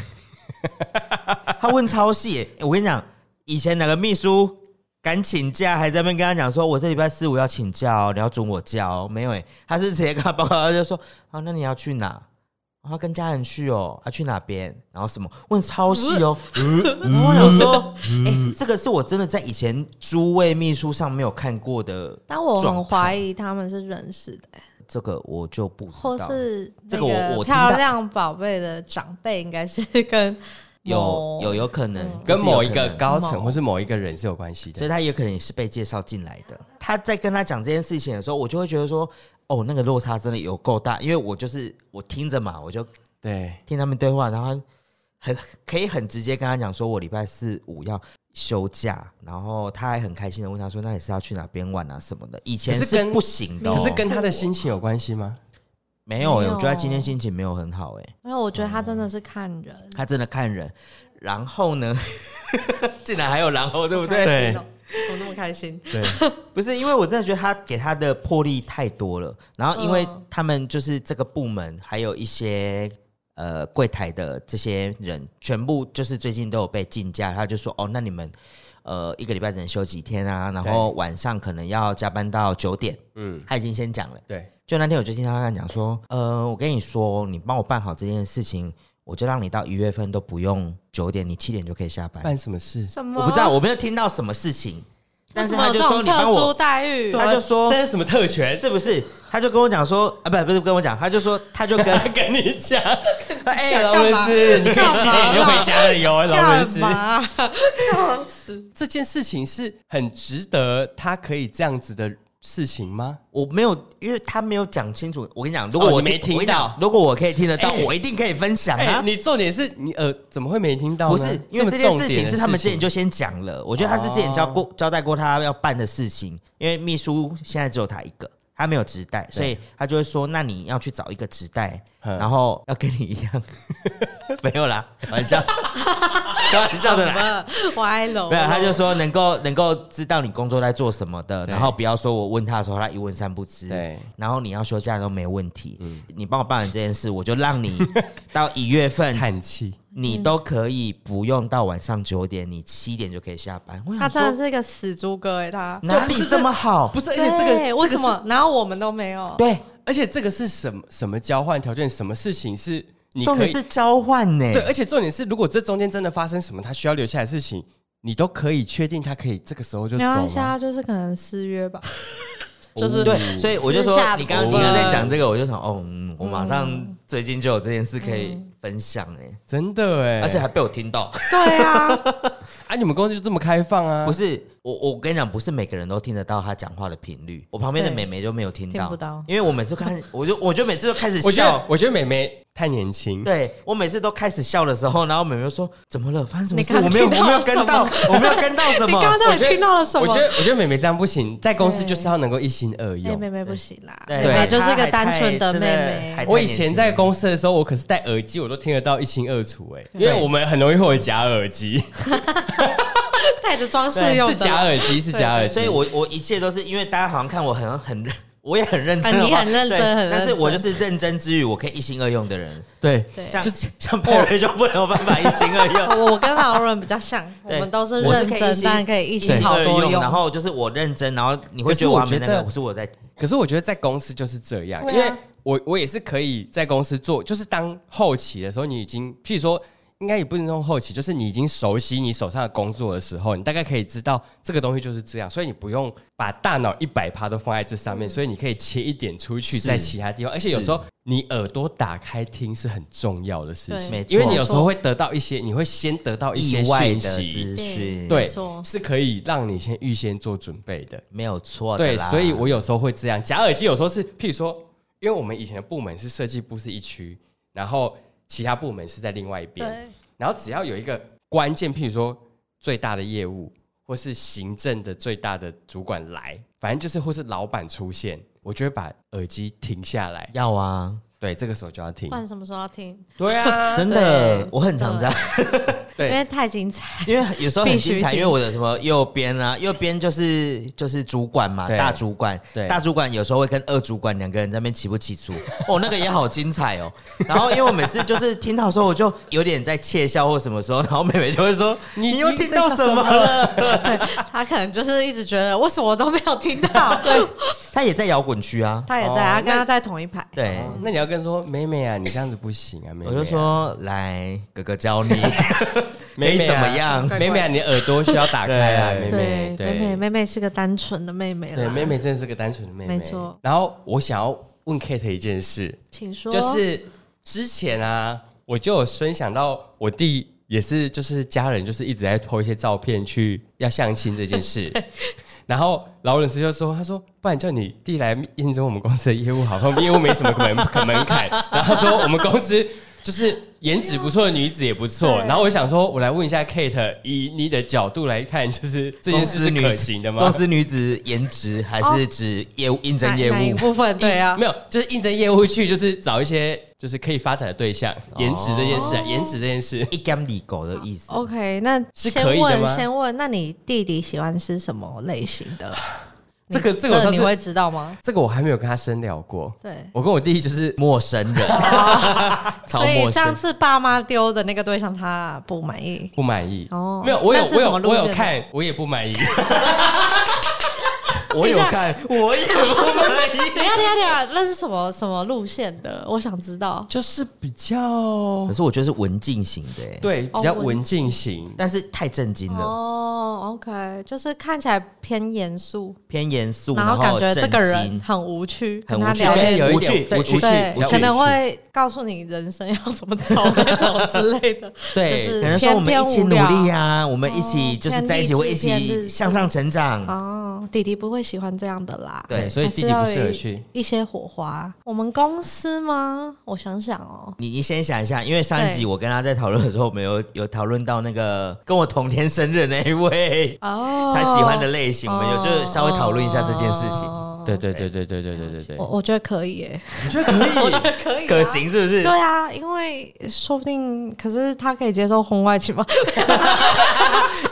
Speaker 1: 他问超细耶、我跟你讲，以前哪个秘书敢请假，还在那边跟他讲说，我这礼拜四五要请假哦，你要准我假哦，没有哎、他是直接跟他报告，他就说啊，那你要去哪？然后跟家人去哦，啊去哪边？然后什么问超细哦，然 后我想说，哎、这个是我真的在以前诸位秘书上没有看过的，
Speaker 4: 但我
Speaker 1: 状态
Speaker 4: 很怀疑他们是认识的，
Speaker 1: 这个我就不知道
Speaker 4: 或
Speaker 1: 了。
Speaker 4: 是
Speaker 1: 这
Speaker 4: 那
Speaker 1: 个我我听到
Speaker 4: 漂亮宝贝的长辈应该是跟
Speaker 1: 有
Speaker 4: 某
Speaker 1: 有有可能、
Speaker 4: 嗯
Speaker 1: 这
Speaker 2: 跟
Speaker 1: 是有
Speaker 2: 某一
Speaker 1: 可
Speaker 2: 个
Speaker 1: 能
Speaker 2: 高层
Speaker 4: 某
Speaker 2: 或是某一个人是有关系
Speaker 1: 所
Speaker 2: 的。
Speaker 1: 以他也可能也是被介绍进来的。他在跟他讲这件事情的时候，我就会觉得说，哦，那个落差真的有够大，因为我就是我听着嘛，我就
Speaker 2: 对，
Speaker 1: 听他们对话，然后他很可以很直接跟他讲说，我礼拜四五要休假，然后他还很开心的问他说，那你是要去哪边玩啊什么的？以前
Speaker 2: 嗯可是
Speaker 1: 是
Speaker 2: 跟
Speaker 1: 不行的、哦，
Speaker 2: 可是跟他的心情有关系吗？
Speaker 1: 没有、
Speaker 4: 没
Speaker 1: 欸，
Speaker 4: 有
Speaker 1: 我觉得他今天心情没有很好、欸，
Speaker 2: 啊
Speaker 1: 哎，
Speaker 4: 没有，我觉得他真的是看人，
Speaker 1: 他真的看人。然后呢， 竟然还有然后，对不对？
Speaker 2: 对
Speaker 4: 好开心哦怎么那么开心？
Speaker 2: 对，
Speaker 1: 不是，因为我真的觉得他给他的魄力太多了。然后，因为
Speaker 4: 嗯
Speaker 1: 他们就是这个部门，还有一些呃柜台的这些人，全部就是最近都有被竞价，他就说哦，那你们呃一个礼拜只能休几天啊，然后晚上可能要加班到九点。
Speaker 2: 嗯，
Speaker 1: 他已经先讲了，
Speaker 2: 对，
Speaker 1: 就那天我就听他跟他讲说，呃，我跟你说，你帮我办好这件事情，我就让你到一月份都不用九点，你七点就可以下班。
Speaker 2: 办什么事？
Speaker 4: 什么？
Speaker 1: 我不知道，我没有听到什么事情，但是他就说
Speaker 4: 为什么有
Speaker 1: 你
Speaker 4: 这
Speaker 1: 帮
Speaker 4: 种特
Speaker 1: 我
Speaker 4: 殊待遇，
Speaker 1: 他就说
Speaker 2: 这是什么特权？
Speaker 1: 是不是？他就跟我讲说啊，不不是跟我讲，他就说他就跟
Speaker 2: 跟你讲，
Speaker 1: 哎
Speaker 2: 劳伦斯，你可以七点就回家了哟， 劳伦斯
Speaker 4: 干。嘛？笑死！
Speaker 2: 这件事情是很值得他可以这样子的事情吗？
Speaker 1: 我没有，因为他没有讲清楚。我跟你讲，如果我
Speaker 2: 哦你没听
Speaker 1: 我跟你讲
Speaker 2: 到
Speaker 1: 如果我可以听得到，
Speaker 2: 哎
Speaker 1: 我一定可以分享
Speaker 2: 哎、
Speaker 1: 啊。
Speaker 2: 你重点是你呃，怎么会没听到呢？
Speaker 1: 不是，因为
Speaker 2: 么
Speaker 1: 这件事
Speaker 2: 重点
Speaker 1: 情
Speaker 2: 的哦
Speaker 1: 是他们之前就先讲了，我觉得他是之前交过交代过他要办的事情，因为秘书现在只有他一个，他没有直代，所以他就会说，那你要去找一个直代，
Speaker 2: 嗯
Speaker 1: 然后要跟你一 样，没有啦，开玩笑，开玩笑的啦。
Speaker 4: 歪楼。
Speaker 2: 哦
Speaker 1: 没有，他就说能够能够知道你工作在做什么的，
Speaker 2: 对
Speaker 1: 然后不要说我问他的时候他一问三不知。
Speaker 2: 对，嗯
Speaker 1: 然后你要休假都没问题，你帮我办了这件事，我就让 你到一月份
Speaker 2: 叹气，
Speaker 1: 你都可以不用到晚上九点，你七点就可以下班。我
Speaker 4: 他
Speaker 1: 想
Speaker 4: 真的
Speaker 1: 说
Speaker 4: 是一个死猪哥哎，他
Speaker 1: 哪里这么好？
Speaker 2: 不是，而
Speaker 4: 对，
Speaker 2: 且这个
Speaker 4: 为
Speaker 2: 这
Speaker 4: 什
Speaker 2: 个
Speaker 4: 么？然后我们都没有，
Speaker 1: 对，
Speaker 2: 是而且这个是什么什么交换条件？什么事情是你
Speaker 1: 重
Speaker 2: 可
Speaker 1: 点
Speaker 2: 以
Speaker 1: 是交换呢、
Speaker 2: 对？而且重点是，如果这中间真的发生什么他需要留下来的事情，你都可以确定他可以这个时候就走
Speaker 4: 没关系
Speaker 2: 吗？
Speaker 4: 啊，就是可能失 约吧，
Speaker 2: 哦
Speaker 4: 就是
Speaker 1: 对，所以我就说
Speaker 4: 私下，的
Speaker 1: 你刚刚
Speaker 2: 部
Speaker 1: 你
Speaker 2: 分
Speaker 1: 刚刚在讲这个，我就想，哦，嗯我马上最近就有这件事可以
Speaker 2: 嗯
Speaker 1: 分享哎、
Speaker 2: 真的哎，
Speaker 1: 而且还被我听到。
Speaker 4: 对啊，
Speaker 2: 啊，你们公司就这么开放啊？
Speaker 1: 不是我，我跟你讲，不是每个人都听得到他讲话的频率。我旁边的
Speaker 4: 对
Speaker 1: 美眉就没有听到，
Speaker 4: 听不到
Speaker 1: 因为我每次看，我就我就每次都开始
Speaker 2: 我觉
Speaker 1: 笑
Speaker 2: 得。我觉得美美太年轻，
Speaker 1: 对我每次都开始笑的时候，然后美眉就说：“怎么了？发生什么事？
Speaker 4: 你刚
Speaker 1: 我没有，
Speaker 4: 听
Speaker 1: 我
Speaker 4: 到
Speaker 1: 没有跟到，我没有跟到什
Speaker 4: 你
Speaker 1: 么
Speaker 4: 刚刚。到
Speaker 2: 我觉
Speaker 4: 底
Speaker 2: 得
Speaker 4: 听到了什
Speaker 2: 我
Speaker 4: 么
Speaker 2: 觉？得我觉得美美这样不行，在公司
Speaker 4: 对
Speaker 2: 就是要能够一心二
Speaker 4: 哎，
Speaker 2: 用。
Speaker 4: 妹妹不行啦，
Speaker 1: 对
Speaker 4: 妹
Speaker 2: 对
Speaker 4: 妹就是个单
Speaker 1: 她
Speaker 4: 纯
Speaker 1: 还
Speaker 4: 的
Speaker 1: 太真
Speaker 4: 妹
Speaker 1: 的
Speaker 4: 妹。
Speaker 2: 我以前在公司的时候，我可是戴耳机，我都听得到一清二楚哎、因为我们很容易会有假耳机，
Speaker 4: 带着装饰用
Speaker 2: 是
Speaker 4: 的，
Speaker 2: 假耳机，是假耳”机。
Speaker 1: 所以我我一切都是因为大家好像看我很很认，我也很认真
Speaker 4: 啊
Speaker 1: 的
Speaker 4: 你
Speaker 1: 话，
Speaker 4: 很认真
Speaker 1: 对
Speaker 4: 很认真
Speaker 1: 但是我就是认真之余，我可以一心二用的人，
Speaker 2: 对
Speaker 4: 对
Speaker 1: 像
Speaker 2: 就
Speaker 1: 像佩瑞就不能有办法一心二用。
Speaker 4: 我我跟劳伦比较像，我
Speaker 1: 对
Speaker 4: 们都是
Speaker 1: 我
Speaker 4: 认
Speaker 1: 可以一
Speaker 4: 真，
Speaker 1: 心
Speaker 4: 但可以一心好
Speaker 1: 二
Speaker 4: 多
Speaker 1: 然后就是我认真，然后你会
Speaker 2: 可是
Speaker 1: 觉得
Speaker 2: 我
Speaker 1: 还没那
Speaker 2: 觉
Speaker 1: 个，
Speaker 2: 得
Speaker 1: 我是我在
Speaker 2: 可是我觉得在公司就是这样，
Speaker 4: 对啊
Speaker 2: 因为我我也是可以在公司做，就是当后期的时候，你已经譬如说。应应该也不能用后期，就是你已经熟悉你手上的工作的时候，你大概可以知道这个东西就是这样，所以你不用把大脑一百趴都放在这上面，所以你可以切一点出去，
Speaker 1: 是
Speaker 2: 在其他地方。而且
Speaker 1: 嗯
Speaker 2: 有
Speaker 1: 是
Speaker 2: 时候你耳朵打开听是很重要的事情，
Speaker 4: 对
Speaker 1: 没错
Speaker 2: 因为你有时候会得到一些，你会先得到一些
Speaker 1: 意外的
Speaker 2: 讯
Speaker 1: 资
Speaker 2: 息，
Speaker 1: 讯，
Speaker 2: 对
Speaker 4: 没错，
Speaker 2: 是可以让你先预先做准备的。
Speaker 1: 没有错的
Speaker 2: 对，
Speaker 1: 哦啦。
Speaker 2: 所以我有时候会这样夹耳机，有时候是，譬如说，因为我们以前的部门是设计部是一区，然后其他部门是在另外一边，
Speaker 4: 对，
Speaker 2: 然后只要有一个关键，譬如说最大的业务或是行政的最大的主管来，反正就是或是老板出现，我就会把耳机停下来。
Speaker 1: 要啊，
Speaker 2: 对，这个时候就要停
Speaker 4: 不。然什么时候要听？
Speaker 2: 对啊，
Speaker 1: 真的
Speaker 4: 对，
Speaker 1: 我很常这样，
Speaker 4: 因
Speaker 2: 对
Speaker 4: 为太精彩，
Speaker 1: 因为有时候很精彩，
Speaker 4: 必须
Speaker 1: 因为我的什么右边啊，右边就是就是主管嘛，
Speaker 2: 对
Speaker 1: 大主管，
Speaker 2: 对
Speaker 1: 大主管有时候会跟二主管两个人在那边起不起诉， 哦，那个也好精彩哦。然后因为我每次就是听到的时候，我就有点在窃笑或什么时候，然后妹妹就会说：“
Speaker 2: 你
Speaker 1: 你又听到什么了
Speaker 4: 他可能就是一直觉得为什么我都没有听 到，？”
Speaker 1: 他也在摇滚区啊，
Speaker 4: 他也在，
Speaker 2: 哦
Speaker 4: 他跟他
Speaker 2: 那
Speaker 4: 在同一排，
Speaker 1: 对，
Speaker 2: 哦那你要跟说妹妹啊，你这样子不行啊，妹妹啊、
Speaker 1: 我就说：“来，哥哥教你，
Speaker 2: 妹妹、
Speaker 1: 可以怎么样
Speaker 4: 乖乖
Speaker 2: 妹妹、啊，你耳朵需要打开啊，
Speaker 1: 对
Speaker 2: 妹
Speaker 4: 对，
Speaker 2: 妹，
Speaker 4: 妹妹妹妹是个单纯的妹妹
Speaker 2: 对，
Speaker 4: 啦，
Speaker 2: 妹妹真的是个单纯的妹妹。
Speaker 4: 没错
Speaker 2: 然后我想要问 Kate 一件事，
Speaker 4: 请说，
Speaker 2: 就是之前啊，我就有分享到我弟也是，就是家人就是一直在 po 一些照片去要相亲这件 事。然后劳伦斯就说：“他说，不然叫你弟来验证我们公司的业务好了，我们业务没什么门 门槛。”然后他说我们公司就是颜值不错的女子也不错。
Speaker 4: 对
Speaker 2: 然后我想说，我来问一下 Kate，以你的角度来看，就是这件事是
Speaker 1: 公司女
Speaker 2: 可行的吗？
Speaker 1: 公司女子颜值还是指业务应征
Speaker 4: 哪
Speaker 1: 业
Speaker 4: 哦哪一
Speaker 1: 务？
Speaker 4: 部分 对 啊，
Speaker 2: 没有，就是应征业务去，就是找一些就是可以发展的对象，颜值这件事啊，
Speaker 4: 哦
Speaker 2: 颜值这件事
Speaker 1: 一干里狗的意思。
Speaker 4: OK，那
Speaker 2: 是
Speaker 4: 先
Speaker 2: 可以的
Speaker 4: 问
Speaker 2: 吗
Speaker 4: 先问，那你弟弟喜欢吃什么类型的？
Speaker 2: 这个
Speaker 4: 你
Speaker 2: 这个我上
Speaker 4: 你
Speaker 2: 次
Speaker 4: 会知道吗？
Speaker 2: 这个我还没有跟他深聊过。
Speaker 4: 对，
Speaker 2: 我跟我弟就是
Speaker 1: 陌生人， 超
Speaker 4: 哦所以
Speaker 1: 陌
Speaker 4: 上
Speaker 1: 生。
Speaker 4: 次爸妈丢的那个对象他不满意。
Speaker 2: 不满意
Speaker 4: 哦
Speaker 2: 没有，我有
Speaker 4: 那是
Speaker 2: 我
Speaker 4: 什
Speaker 2: 有
Speaker 4: 么路
Speaker 2: 我有
Speaker 4: 线
Speaker 2: 看，我也不 满意。
Speaker 1: 我有看，哎我也不满意。
Speaker 4: 等一下，等一下，等一下，那是什么什么路线的？我想知道。
Speaker 2: 就是比较
Speaker 1: 可是我觉得是文静型的、欸，，
Speaker 2: 对比
Speaker 4: 哦
Speaker 2: 较
Speaker 4: 文
Speaker 2: 文静型，
Speaker 1: 但是太震惊了，
Speaker 4: 哦，OK，就是看起来偏严肃，
Speaker 1: 偏严肃，
Speaker 4: 然后感觉
Speaker 1: 哦震
Speaker 4: 这个人
Speaker 1: 惊
Speaker 4: 很无趣，
Speaker 1: 很
Speaker 4: 跟他
Speaker 1: 无趣，
Speaker 4: 聊
Speaker 2: 天
Speaker 1: 对
Speaker 4: 天
Speaker 2: 有一
Speaker 1: 无
Speaker 2: 点
Speaker 1: 趣，
Speaker 2: 对
Speaker 1: 对，无
Speaker 2: 无
Speaker 1: 趣
Speaker 2: 趣，
Speaker 4: 对
Speaker 2: 比，较
Speaker 4: 可能
Speaker 2: 无趣
Speaker 4: 会告诉你人生要怎么走那种之类 的。就是
Speaker 1: 可能说我们一起努力呀、我们
Speaker 4: 偏
Speaker 1: 一起就是在一起，
Speaker 4: 哦偏
Speaker 1: 会
Speaker 4: 励
Speaker 1: 一
Speaker 4: 志偏日
Speaker 1: 起向上成长。
Speaker 4: 哦，弟弟不会喜欢这样的啦。
Speaker 1: 对
Speaker 2: 对，所以
Speaker 4: 还是
Speaker 2: 弟弟
Speaker 4: 要
Speaker 2: 不
Speaker 4: 有
Speaker 2: 适合
Speaker 4: 一
Speaker 2: 去。
Speaker 4: 一些火花。我们公司吗？我想想哦，
Speaker 1: 你你先想一下，因为上一集
Speaker 4: 对
Speaker 1: 我跟他在讨论的时候，我们有 有讨论到那个跟我同天生日那一位，
Speaker 4: 哦，
Speaker 1: 他喜欢的类型，我们有就是稍微讨论一下这件事情，
Speaker 4: 哦
Speaker 2: 对对对对对对对对对
Speaker 4: 我，我觉得可以耶，
Speaker 1: 你觉得可以？我觉得
Speaker 4: 可以 啊
Speaker 1: 可行是不是？
Speaker 4: 对啊，因为说不定，可是他可以接受婚外情吗？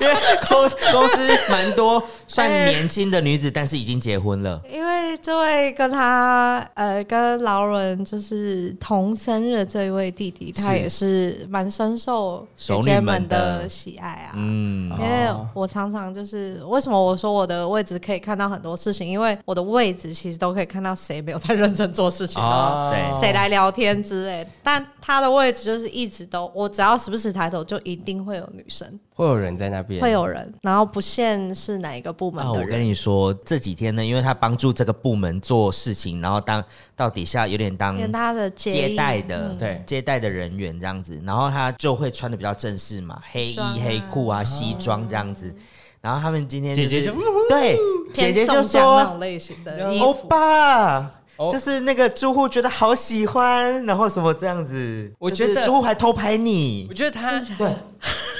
Speaker 1: 因为公公司蛮多算年轻的女子，但是已经结婚了。
Speaker 4: 因为这位跟他呃跟劳伦就是同生日的这一位弟弟，他
Speaker 1: 是
Speaker 4: 也是蛮深受姐
Speaker 1: 熟女
Speaker 4: 姐
Speaker 1: 们
Speaker 4: 们的
Speaker 1: 的
Speaker 4: 喜爱啊。
Speaker 1: 嗯，
Speaker 4: 因为
Speaker 2: 哦
Speaker 4: 我常常就是为什么我说我的位置可以看到很多事情，因为我的位置其实都可以看到谁没有在认真做事情啊，
Speaker 1: 对
Speaker 4: 谁来聊天之类的。但他的位置就是一直都，我只要时不时抬头，就一定会有女生，
Speaker 2: 会有人在那边，
Speaker 4: 会有人，然后不限是哪一个部门
Speaker 1: 啊，
Speaker 4: 的
Speaker 1: 我
Speaker 4: 人。
Speaker 1: 跟你说，这几天呢，因为他帮助这个部门做事情，然后当到底下有点当
Speaker 4: 跟他的接
Speaker 1: 接
Speaker 4: 应
Speaker 1: 待的
Speaker 4: 嗯
Speaker 2: 对
Speaker 1: 接待的人员这样子，然后他就会穿的比较正式嘛，黑衣
Speaker 4: 装啊
Speaker 1: 黑裤啊，西装这样子。然后他们今天就是
Speaker 2: 哦姐姐就
Speaker 1: 对姐
Speaker 4: 嗯偏
Speaker 1: 姐就
Speaker 4: 宋江那
Speaker 1: 说
Speaker 4: 种类型的衣
Speaker 1: 欧
Speaker 4: 服，
Speaker 1: 巴。
Speaker 2: 哦
Speaker 1: 就是那个住户觉得好喜欢，然后什么这样子，
Speaker 2: 我
Speaker 1: 就是
Speaker 2: 觉得
Speaker 1: 住户还偷拍你
Speaker 2: 我，觉得 他，
Speaker 1: 对，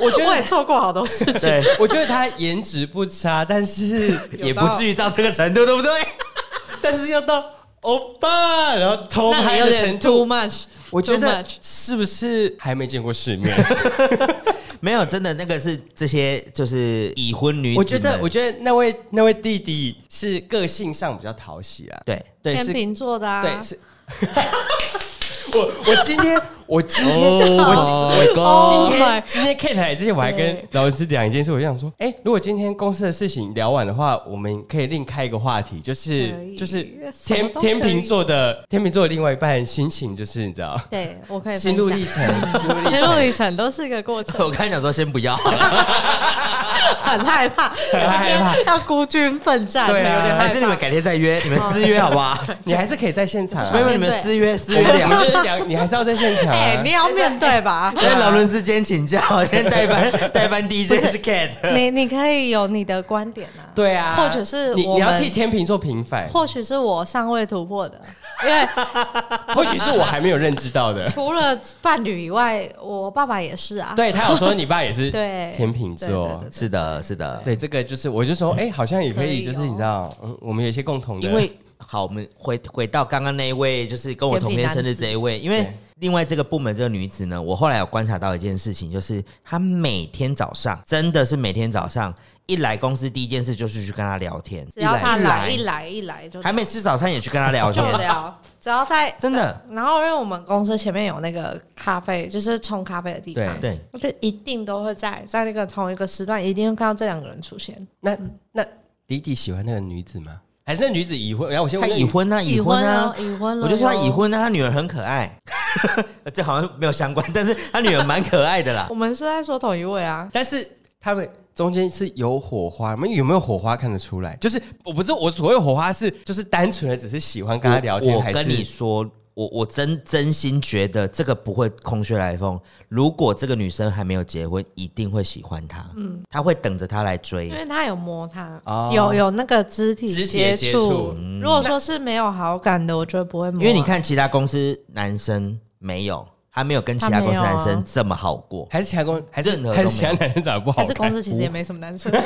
Speaker 2: 我觉
Speaker 4: 我也
Speaker 2: 得
Speaker 4: 做过好多事情。
Speaker 1: 对，
Speaker 2: 我觉得他颜值不差，但是
Speaker 1: 也不至于到这个程度，对不对？
Speaker 2: 但是要到欧巴，然后偷
Speaker 4: 那
Speaker 2: 拍
Speaker 4: 你有
Speaker 2: 的
Speaker 4: 点
Speaker 2: 程
Speaker 4: too
Speaker 2: 度，
Speaker 4: much，
Speaker 2: 我觉
Speaker 4: too
Speaker 2: 得
Speaker 4: much
Speaker 2: 是不是还没见过世面？
Speaker 1: 没有，真的那个是这些就是已婚女子们，
Speaker 2: 我觉得，我觉得那位那位弟弟是个性上比较讨喜啊，
Speaker 1: 对
Speaker 2: 对
Speaker 4: 天啊
Speaker 2: 是，
Speaker 4: 秤座的啊，
Speaker 2: 对是。我我今天我今天、
Speaker 1: 哦
Speaker 2: 我今
Speaker 4: 哦
Speaker 2: 今天
Speaker 4: my
Speaker 2: 今天 Kate 来之前，我还跟
Speaker 4: 对
Speaker 2: 老师讲一件事，我就想说，哎、如果今天公司的事情聊完的话，我们可以另开一个话题，就
Speaker 4: 可
Speaker 2: 是
Speaker 4: 以
Speaker 2: 就是
Speaker 4: 什么
Speaker 2: 天
Speaker 4: 都可以
Speaker 2: 天秤座的天秤座的另外一半心情，就是你知道
Speaker 4: 对我可以
Speaker 2: 心
Speaker 4: 分
Speaker 2: 路
Speaker 4: 享
Speaker 2: 历程，心路历
Speaker 4: 心路
Speaker 2: 程。
Speaker 4: 历程都是一个 过程，
Speaker 1: 我刚才想说先不要，
Speaker 4: 很害怕，
Speaker 2: 很害怕，
Speaker 4: 要孤军奋战，
Speaker 2: 对啊
Speaker 4: 有点害怕
Speaker 1: 还是你们改天再约，你们私约好不好？
Speaker 2: 你还是可以在现场、啊，
Speaker 1: 没有，你们私约私 约
Speaker 2: 我
Speaker 1: 两
Speaker 2: 们就是两，你还是要在现场、
Speaker 4: 哎、
Speaker 2: 啊
Speaker 4: 你。要面对吧？
Speaker 1: 因为劳伦斯今天请假， 我今天代班代班 DJ
Speaker 4: 不是
Speaker 1: 是 Cat。
Speaker 4: 你你可以有你的观点啊，
Speaker 2: 对啊，
Speaker 4: 或者是
Speaker 2: 你
Speaker 4: 我
Speaker 2: 你要
Speaker 4: 们
Speaker 2: 替天秤座平反，
Speaker 4: 或许是我尚未突破的，因为
Speaker 2: 或许是我还没有认知到 的。
Speaker 4: 除了伴侣以外，我爸爸也是啊，
Speaker 2: 对他有说你爸也是
Speaker 4: 对
Speaker 2: 天秤座
Speaker 4: 对对，对
Speaker 1: 是的，是的，
Speaker 2: 对这个就是我就说，哎，好像也可以，
Speaker 4: 可以哦
Speaker 2: 就是你知道，嗯，我们有一些共同的，
Speaker 1: 因为好，我们回回到刚刚那一位，就是跟我同天生日这一位，因为
Speaker 2: 对
Speaker 1: 另外这个部门这个女子呢，我后来有观察到一件事情，就是她每天早上真的是每天早上一来公司第一件事就是去跟她聊天，
Speaker 4: 只要他
Speaker 1: 一
Speaker 4: 来
Speaker 1: 来
Speaker 4: 一来一来就
Speaker 1: 还没吃早餐也去跟她聊
Speaker 4: 就
Speaker 1: 天，
Speaker 4: 聊，只 要在。
Speaker 1: 真的，
Speaker 4: 然后，因为我们公司前面有那个咖啡，就是冲咖啡的地方，
Speaker 1: 对，
Speaker 4: 我就一定都会在在那个同一个时段，一定会看到这两个人出现。
Speaker 2: 那那迪迪喜欢那个女子吗？还是那女子已婚？然后我先
Speaker 1: 她
Speaker 2: 问
Speaker 1: 已，婚啊，已婚
Speaker 4: 哦
Speaker 1: 啊，，
Speaker 4: 已婚了，
Speaker 1: 我就说她已。婚啊，她女儿很可爱， 这好像没有相关，但是她女儿蛮可爱的 啦。
Speaker 4: 我们是在说同一位啊，
Speaker 2: 但是他们中间是有火花，你们有没有火花看得出来？就是我不是我所谓火花是就是单纯的只是喜欢跟他聊天，
Speaker 1: 我
Speaker 2: 还
Speaker 1: 我
Speaker 2: 是
Speaker 1: 跟你说，我我真真心觉得这个不会空穴来风。如果这个女生还没有结婚，一定会喜欢他，嗯，他会等着他来追
Speaker 4: 因。为他有摸他，
Speaker 2: 哦
Speaker 4: 有有那个肢体
Speaker 2: 肢体
Speaker 4: 接
Speaker 2: 的接触嗯
Speaker 4: 触。如果说是没有好感的，我觉得不会摸啊，
Speaker 1: 因为你看其他公司男生没有，他没有跟其他公司男
Speaker 4: 他没有
Speaker 1: 生
Speaker 4: 啊
Speaker 1: 这么好过。
Speaker 2: 还是其他公还
Speaker 1: 任
Speaker 2: 是
Speaker 1: 何都
Speaker 2: 还是其他
Speaker 1: 没有
Speaker 2: 男人长得不好
Speaker 4: 还
Speaker 2: 看
Speaker 4: 是公司其实也没什么男生。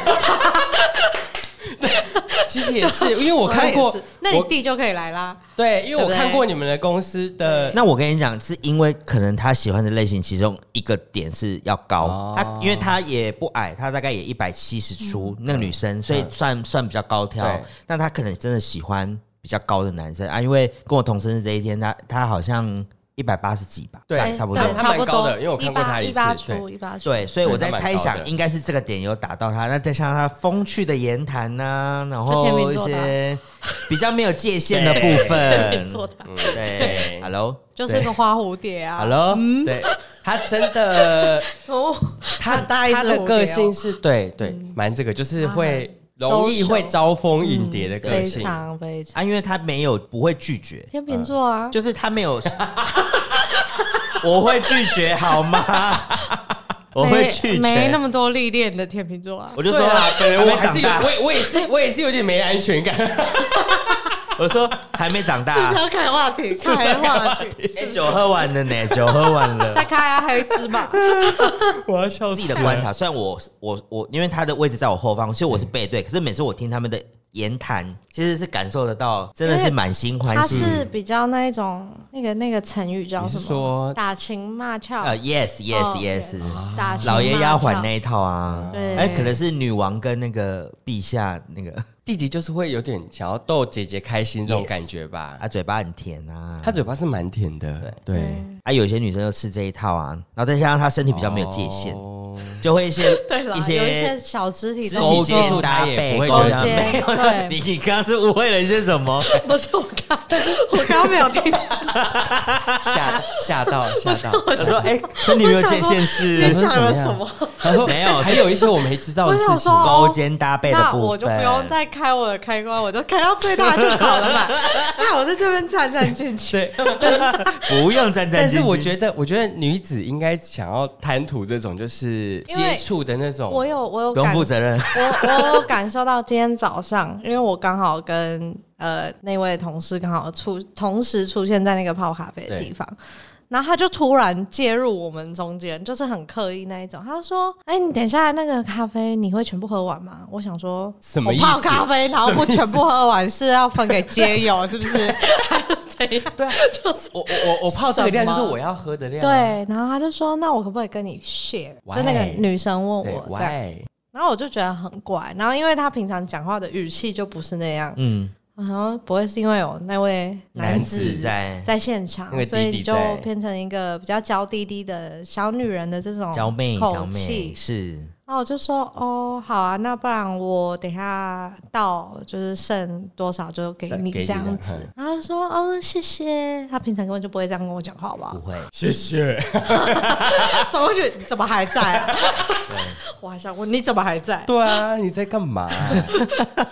Speaker 2: 其实也是，因为我看
Speaker 4: 也
Speaker 2: 过
Speaker 4: 是，那你
Speaker 2: 我
Speaker 4: 弟就可以来啦。
Speaker 2: 对，因为我
Speaker 4: 对不对
Speaker 2: 看过你们的公司的，
Speaker 1: 那我跟你讲，是因为可能他喜欢的类型其中一个点是要高，
Speaker 2: 哦
Speaker 1: 他因为他也不矮，他大概也一百七十出，
Speaker 4: 嗯
Speaker 1: 那个女生，所以算、算比较高挑
Speaker 2: 嗯对。
Speaker 1: 但他可能真的喜欢比较高的男生啊，因为跟我同生日这一天，他他好像一百八十几吧，
Speaker 2: 对
Speaker 1: 差不多
Speaker 2: 对。
Speaker 4: 差
Speaker 2: 他蛮
Speaker 4: 不
Speaker 2: 高
Speaker 4: 多
Speaker 2: 的因为我看过他一次
Speaker 4: 一八
Speaker 2: 对
Speaker 4: 出一八出，
Speaker 1: 对，所以我在
Speaker 2: 对他蛮
Speaker 1: 猜
Speaker 2: 高
Speaker 1: 想，
Speaker 2: 的
Speaker 1: 应该是这个点有打到他。那再加上他风趣的言谈呐、然
Speaker 4: 就天
Speaker 1: 后
Speaker 4: 秤
Speaker 1: 一
Speaker 4: 座的啊
Speaker 1: 些比较没有界限的部分
Speaker 2: 嗯
Speaker 4: 你，做的
Speaker 1: 对，Hello，
Speaker 4: 就是个花蝴蝶啊。
Speaker 1: Hello，
Speaker 2: 对他真 的，
Speaker 4: 哦，
Speaker 2: 他
Speaker 4: 很大一只
Speaker 2: 他的
Speaker 4: 蝴蝶
Speaker 2: 个
Speaker 4: 哦嗯
Speaker 2: 性是对对，蛮这个就是会
Speaker 4: 他很
Speaker 2: 容易
Speaker 4: social
Speaker 2: 会招蜂引蝶的个
Speaker 4: 非
Speaker 2: 性。
Speaker 4: 常非常
Speaker 1: 啊，因为他没有不会拒绝，
Speaker 4: 天秤座啊，
Speaker 1: 呃就是他没有， 我会拒绝好吗？我会拒绝，
Speaker 4: 没没那么多历练的天秤座啊。
Speaker 1: 我就说
Speaker 2: 对啊，本人
Speaker 1: 还
Speaker 2: 我
Speaker 1: 没
Speaker 2: 还
Speaker 1: 长
Speaker 2: 是有，
Speaker 1: 大，
Speaker 2: 我我也是我也是有点没安全感。
Speaker 1: 我说还没长
Speaker 4: 是不是
Speaker 1: 大，
Speaker 4: 要开话题？开话 题，
Speaker 1: 哎酒喝完了呢，酒喝完
Speaker 4: 再
Speaker 1: 了。
Speaker 4: 开啊，还有一只嘛。
Speaker 2: 我要笑
Speaker 1: 自己的观察，虽然我我我，因为他的位置在我后方，所以我是背对。可是每次我听他们的言谈，其实是感受得到，真的是满心欢
Speaker 4: 他
Speaker 1: 喜。
Speaker 4: 是比较那一种那个那个成语叫
Speaker 2: 你
Speaker 4: 什
Speaker 2: 是
Speaker 4: 么？
Speaker 2: 说
Speaker 4: 打情骂俏
Speaker 1: 呃，yes yes
Speaker 4: 哦
Speaker 1: yes，
Speaker 4: 打情骂俏
Speaker 1: 老爷丫鬟那一套啊，
Speaker 4: 对
Speaker 1: 哎，可能是女王跟那个陛下那个。
Speaker 2: 弟弟就是会有点想要逗姐姐开心这种
Speaker 1: Yes
Speaker 2: 感觉吧。
Speaker 1: 啊，嘴巴很甜啊。
Speaker 2: 他嘴巴是蛮甜的，对，
Speaker 1: 啊，有些女生就吃这一套啊，然后再加上她身体比较没有界限，
Speaker 2: 哦
Speaker 1: 就会一些
Speaker 4: 对了，
Speaker 1: 一
Speaker 4: 有一些
Speaker 1: 些
Speaker 4: 小肢体
Speaker 2: 肢
Speaker 4: 动
Speaker 1: 勾
Speaker 2: 体接
Speaker 4: 作
Speaker 2: 触
Speaker 1: 肩搭
Speaker 2: 她也
Speaker 1: 背，
Speaker 2: 不会
Speaker 1: 勾
Speaker 4: 觉得
Speaker 1: 肩没有
Speaker 4: 对
Speaker 1: 你你刚刚是误会了一些什么？
Speaker 4: 不是我刚， 但是我刚刚没有听清
Speaker 2: 吓吓 到吓到。
Speaker 1: 我 说哎，身体没有界限
Speaker 4: 你
Speaker 1: 是
Speaker 4: 讲了什么。
Speaker 2: 他说
Speaker 1: 没有
Speaker 2: 还有一些我没知道的事
Speaker 4: 我
Speaker 2: 情
Speaker 4: 想。说
Speaker 1: 勾肩搭背的
Speaker 4: 那
Speaker 1: 部
Speaker 4: 我
Speaker 1: 分。
Speaker 4: 就不用再开我的开关，我就开到最大就好了嘛。那我在这边战战兢兢。
Speaker 1: 不用战战
Speaker 2: 但
Speaker 1: 兢兢。
Speaker 2: 是我觉得，我觉得女子应该想要贪图这种就是
Speaker 4: 因为
Speaker 2: 接触的那种，
Speaker 4: 我有我有
Speaker 1: 不用
Speaker 4: 感，
Speaker 1: 负
Speaker 4: 我
Speaker 1: 责任，
Speaker 4: 我有感受到今天早上，因为我刚好跟呃那位同事刚好出同时出现在那个泡咖啡的地方。然后他就突然介入我们中间，就是很刻意那一种。他就说：“哎、你等一下那个咖啡你会全部喝完吗？”我想说，
Speaker 2: 什
Speaker 4: 我
Speaker 2: 么意思？
Speaker 4: 泡咖啡，然后不全部喝完是要分给街友，是不是？还是怎样？
Speaker 2: 对啊，
Speaker 4: 就是
Speaker 2: 我我我我泡这个量
Speaker 4: 什
Speaker 2: 就
Speaker 4: 么
Speaker 2: 是我要喝的量啊，
Speaker 4: 对，然后他就说：“那我可不可以跟你 share？”
Speaker 2: 喂
Speaker 4: 就那个女生问
Speaker 2: 对哎
Speaker 4: 我这样，
Speaker 2: ，why？
Speaker 4: 然后我就觉得很怪。然后因为他平常讲话的语气就不是那样，
Speaker 1: 嗯，
Speaker 4: 好像不会是因为有那位男
Speaker 2: 男
Speaker 4: 子
Speaker 1: 自在
Speaker 4: 在现场，
Speaker 2: 那个弟弟
Speaker 4: 所以就
Speaker 2: 在
Speaker 4: 变成一个比较娇滴滴的小女人的这种
Speaker 1: 娇妹娇
Speaker 4: 口
Speaker 1: 妹
Speaker 4: 气。
Speaker 1: 是
Speaker 4: 然后我就说：“哦，好啊，那不然我等一下到就是剩多少就给你
Speaker 2: 给你
Speaker 4: 这样
Speaker 2: 的
Speaker 4: 子。
Speaker 2: 嗯”
Speaker 4: 然后他说：“哦，谢谢。”他平常根本就不会这样跟我讲话，好不好
Speaker 1: 不？会。
Speaker 2: 谢谢。
Speaker 4: 走过去，你怎么还 在、啊？ 我还想问你怎么还在？
Speaker 2: 对啊，你在干嘛？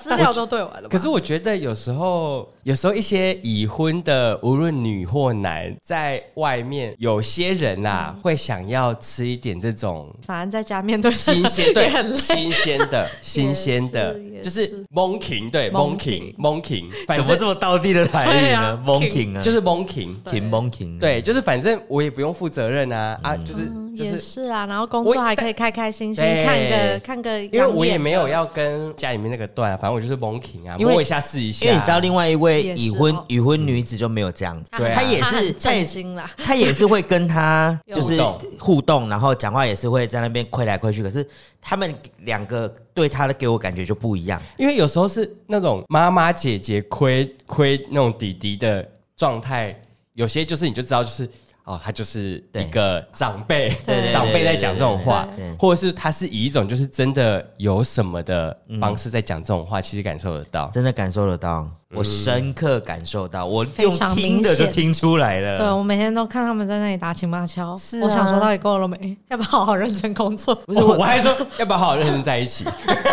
Speaker 4: 资料都对完了吧
Speaker 2: 可是我觉得有时候，有时候一些已婚的，无论女或男，在外面有些人啊，会想要吃一点这种
Speaker 4: 反正在家面对
Speaker 2: 新 鲜，
Speaker 4: 也很
Speaker 2: 对，
Speaker 4: 累
Speaker 2: 新鲜的，新鲜的
Speaker 4: 也，是
Speaker 2: 就是 monking，对 monking
Speaker 4: 蒙挺
Speaker 2: monking，
Speaker 1: 怎
Speaker 2: 反
Speaker 1: 么这
Speaker 2: 正
Speaker 1: 么道地的台语
Speaker 4: 对
Speaker 1: 呢
Speaker 4: 啊
Speaker 1: ？Monking 啊，
Speaker 2: 就是是 monking，
Speaker 1: 挺 Monking 的。
Speaker 2: 对，就是反正我也不用负责任啊啊，就是
Speaker 4: 嗯
Speaker 2: 就
Speaker 4: 也
Speaker 2: 是。
Speaker 4: 是啊，然后工作
Speaker 2: 我
Speaker 4: 还可以开开心心
Speaker 2: 对
Speaker 4: 看个看个，
Speaker 2: 因为我也没有。要跟家里面那个断，反正我就是 monking 啊，
Speaker 1: 因为
Speaker 2: 摸一下试一下。
Speaker 1: 因为你知道，另外一位
Speaker 4: 也是
Speaker 1: 已婚
Speaker 4: 哦
Speaker 1: 已婚女子就没有这样子，
Speaker 2: 对啊
Speaker 1: 她也
Speaker 4: 他
Speaker 1: 是
Speaker 4: 很
Speaker 1: 她也
Speaker 4: 震
Speaker 1: 是
Speaker 4: 惊啦，
Speaker 1: 她也是会跟 她
Speaker 4: 有
Speaker 1: 就是
Speaker 2: 互动
Speaker 1: 互动，然后讲话也是会在那边亏来亏去，可是他们两个对她的给我感觉就不一样。
Speaker 2: 因为有时候是那种妈妈姐姐亏亏那种弟弟的状态，有些就是你就知道就是。哦，他就是一个长辈
Speaker 4: 对对，对
Speaker 2: 长辈在讲这种话
Speaker 1: 对对对，
Speaker 2: 或者是他是以一种就是真的有什么的方式在讲这种话，其实感受得到。
Speaker 1: 真的感受得到，
Speaker 2: 嗯
Speaker 1: 我深刻感受到，我
Speaker 4: 非
Speaker 1: 用
Speaker 4: 常
Speaker 1: 听
Speaker 4: 明
Speaker 1: 的就
Speaker 4: 显
Speaker 1: 听出来
Speaker 4: 对
Speaker 1: 了。
Speaker 4: 我每天都看他们在那里打情骂俏，
Speaker 1: 是啊
Speaker 4: 我想说到底够了没？ 要不要好好认真工作？
Speaker 1: 不是
Speaker 2: 哦我，
Speaker 1: 我
Speaker 2: 我还说要不要好好认真在一起，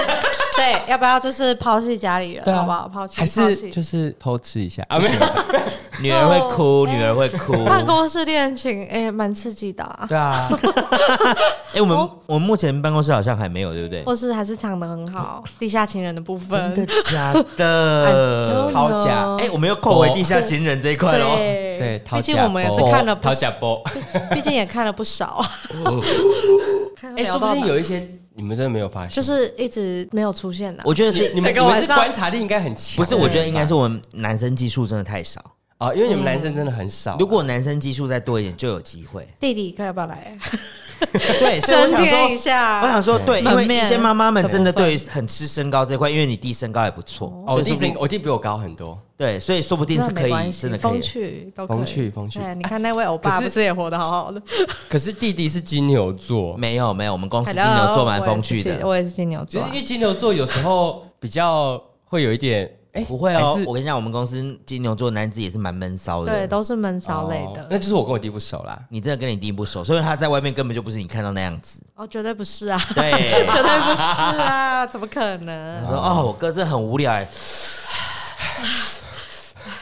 Speaker 4: 对，要不要就是抛弃家里人，
Speaker 2: 对啊
Speaker 4: 好不 好？抛弃
Speaker 2: 还
Speaker 4: 抛
Speaker 2: 是
Speaker 4: 弃
Speaker 2: 就是偷吃一下啊？没有，
Speaker 1: 女儿会哭，
Speaker 4: 哎
Speaker 1: 女儿会哭。
Speaker 4: 办公室恋情，哎、蛮刺激的、啊，
Speaker 2: 对 啊，
Speaker 1: 哎，我们我们目前办公室好像还没有，对不对？
Speaker 4: 或是还是藏得很好，地下情人的部分
Speaker 1: 真。的假
Speaker 4: 哎
Speaker 1: 的？
Speaker 2: 好假
Speaker 1: 哎，我们又扣回地下情人这一块哦喽。
Speaker 4: 对
Speaker 2: 哦对，哦
Speaker 4: 毕竟我们也是看了不
Speaker 2: 讨假包，
Speaker 4: 毕 竟也看了不少。看
Speaker 2: 哎，
Speaker 4: 聊
Speaker 2: 说
Speaker 4: 到
Speaker 2: 不定
Speaker 4: 哪
Speaker 2: 有一些你们真的没有发现，
Speaker 4: 就是一直没有出现啦。
Speaker 1: 我觉得是
Speaker 2: 你们
Speaker 4: 整个
Speaker 2: 你们
Speaker 4: 晚
Speaker 2: 是
Speaker 4: 上
Speaker 2: 观察力应该很强
Speaker 1: 不
Speaker 2: 吧，
Speaker 1: 是？我觉得应该是我们男生基数真的太少。
Speaker 2: 哦，因为你们男生真的很少。啊
Speaker 1: 如果男生基数再多一点，就有机
Speaker 4: 。
Speaker 1: 会
Speaker 4: 弟弟，快要不要来？
Speaker 1: 对，所以我
Speaker 4: 增
Speaker 1: 想
Speaker 4: 添一
Speaker 1: 说，
Speaker 4: 下。
Speaker 1: 我想说，对，因为
Speaker 4: 门面
Speaker 1: 一些妈妈们真的
Speaker 4: 的部
Speaker 1: 对于很吃身高这块，因为你弟身高也不错，
Speaker 2: 哦，
Speaker 1: 所
Speaker 2: 我
Speaker 1: 以
Speaker 2: 弟
Speaker 1: 说不定
Speaker 2: 身我弟比我高很多，
Speaker 1: 对，所以说不定
Speaker 4: 那
Speaker 1: 是可
Speaker 4: 没关
Speaker 1: 以，
Speaker 4: 系
Speaker 1: 真的可
Speaker 4: 风
Speaker 1: 以。
Speaker 4: 趣都可以
Speaker 2: 风趣风趣
Speaker 4: 对你看那位欧巴
Speaker 2: 可是
Speaker 4: 不是也活得好好的？
Speaker 2: 可是弟弟是金牛座，
Speaker 1: 没有没有，我们公司金牛座蛮风趣
Speaker 4: Hello，
Speaker 1: 的，
Speaker 4: 我也是金牛
Speaker 2: 就
Speaker 4: 座
Speaker 2: 是
Speaker 4: 啊
Speaker 2: 因。为金牛座有时候比较会有一点，哎，
Speaker 1: 不会哦
Speaker 2: 还。是
Speaker 1: 我跟你讲，我们公司金牛座男子也是蛮闷骚的。
Speaker 4: 对，都是闷骚类
Speaker 2: 哦
Speaker 4: 的。
Speaker 2: 那就是我跟我弟不熟啦。
Speaker 1: 你真的跟你弟不熟，所以他在外面根本就不是你看到那样子。
Speaker 4: 哦，绝对不是啊，
Speaker 1: 对，
Speaker 4: 绝对不是啊，怎么可
Speaker 1: 他
Speaker 4: 能？
Speaker 1: 说：“哦，我哥真的很无聊。”哎，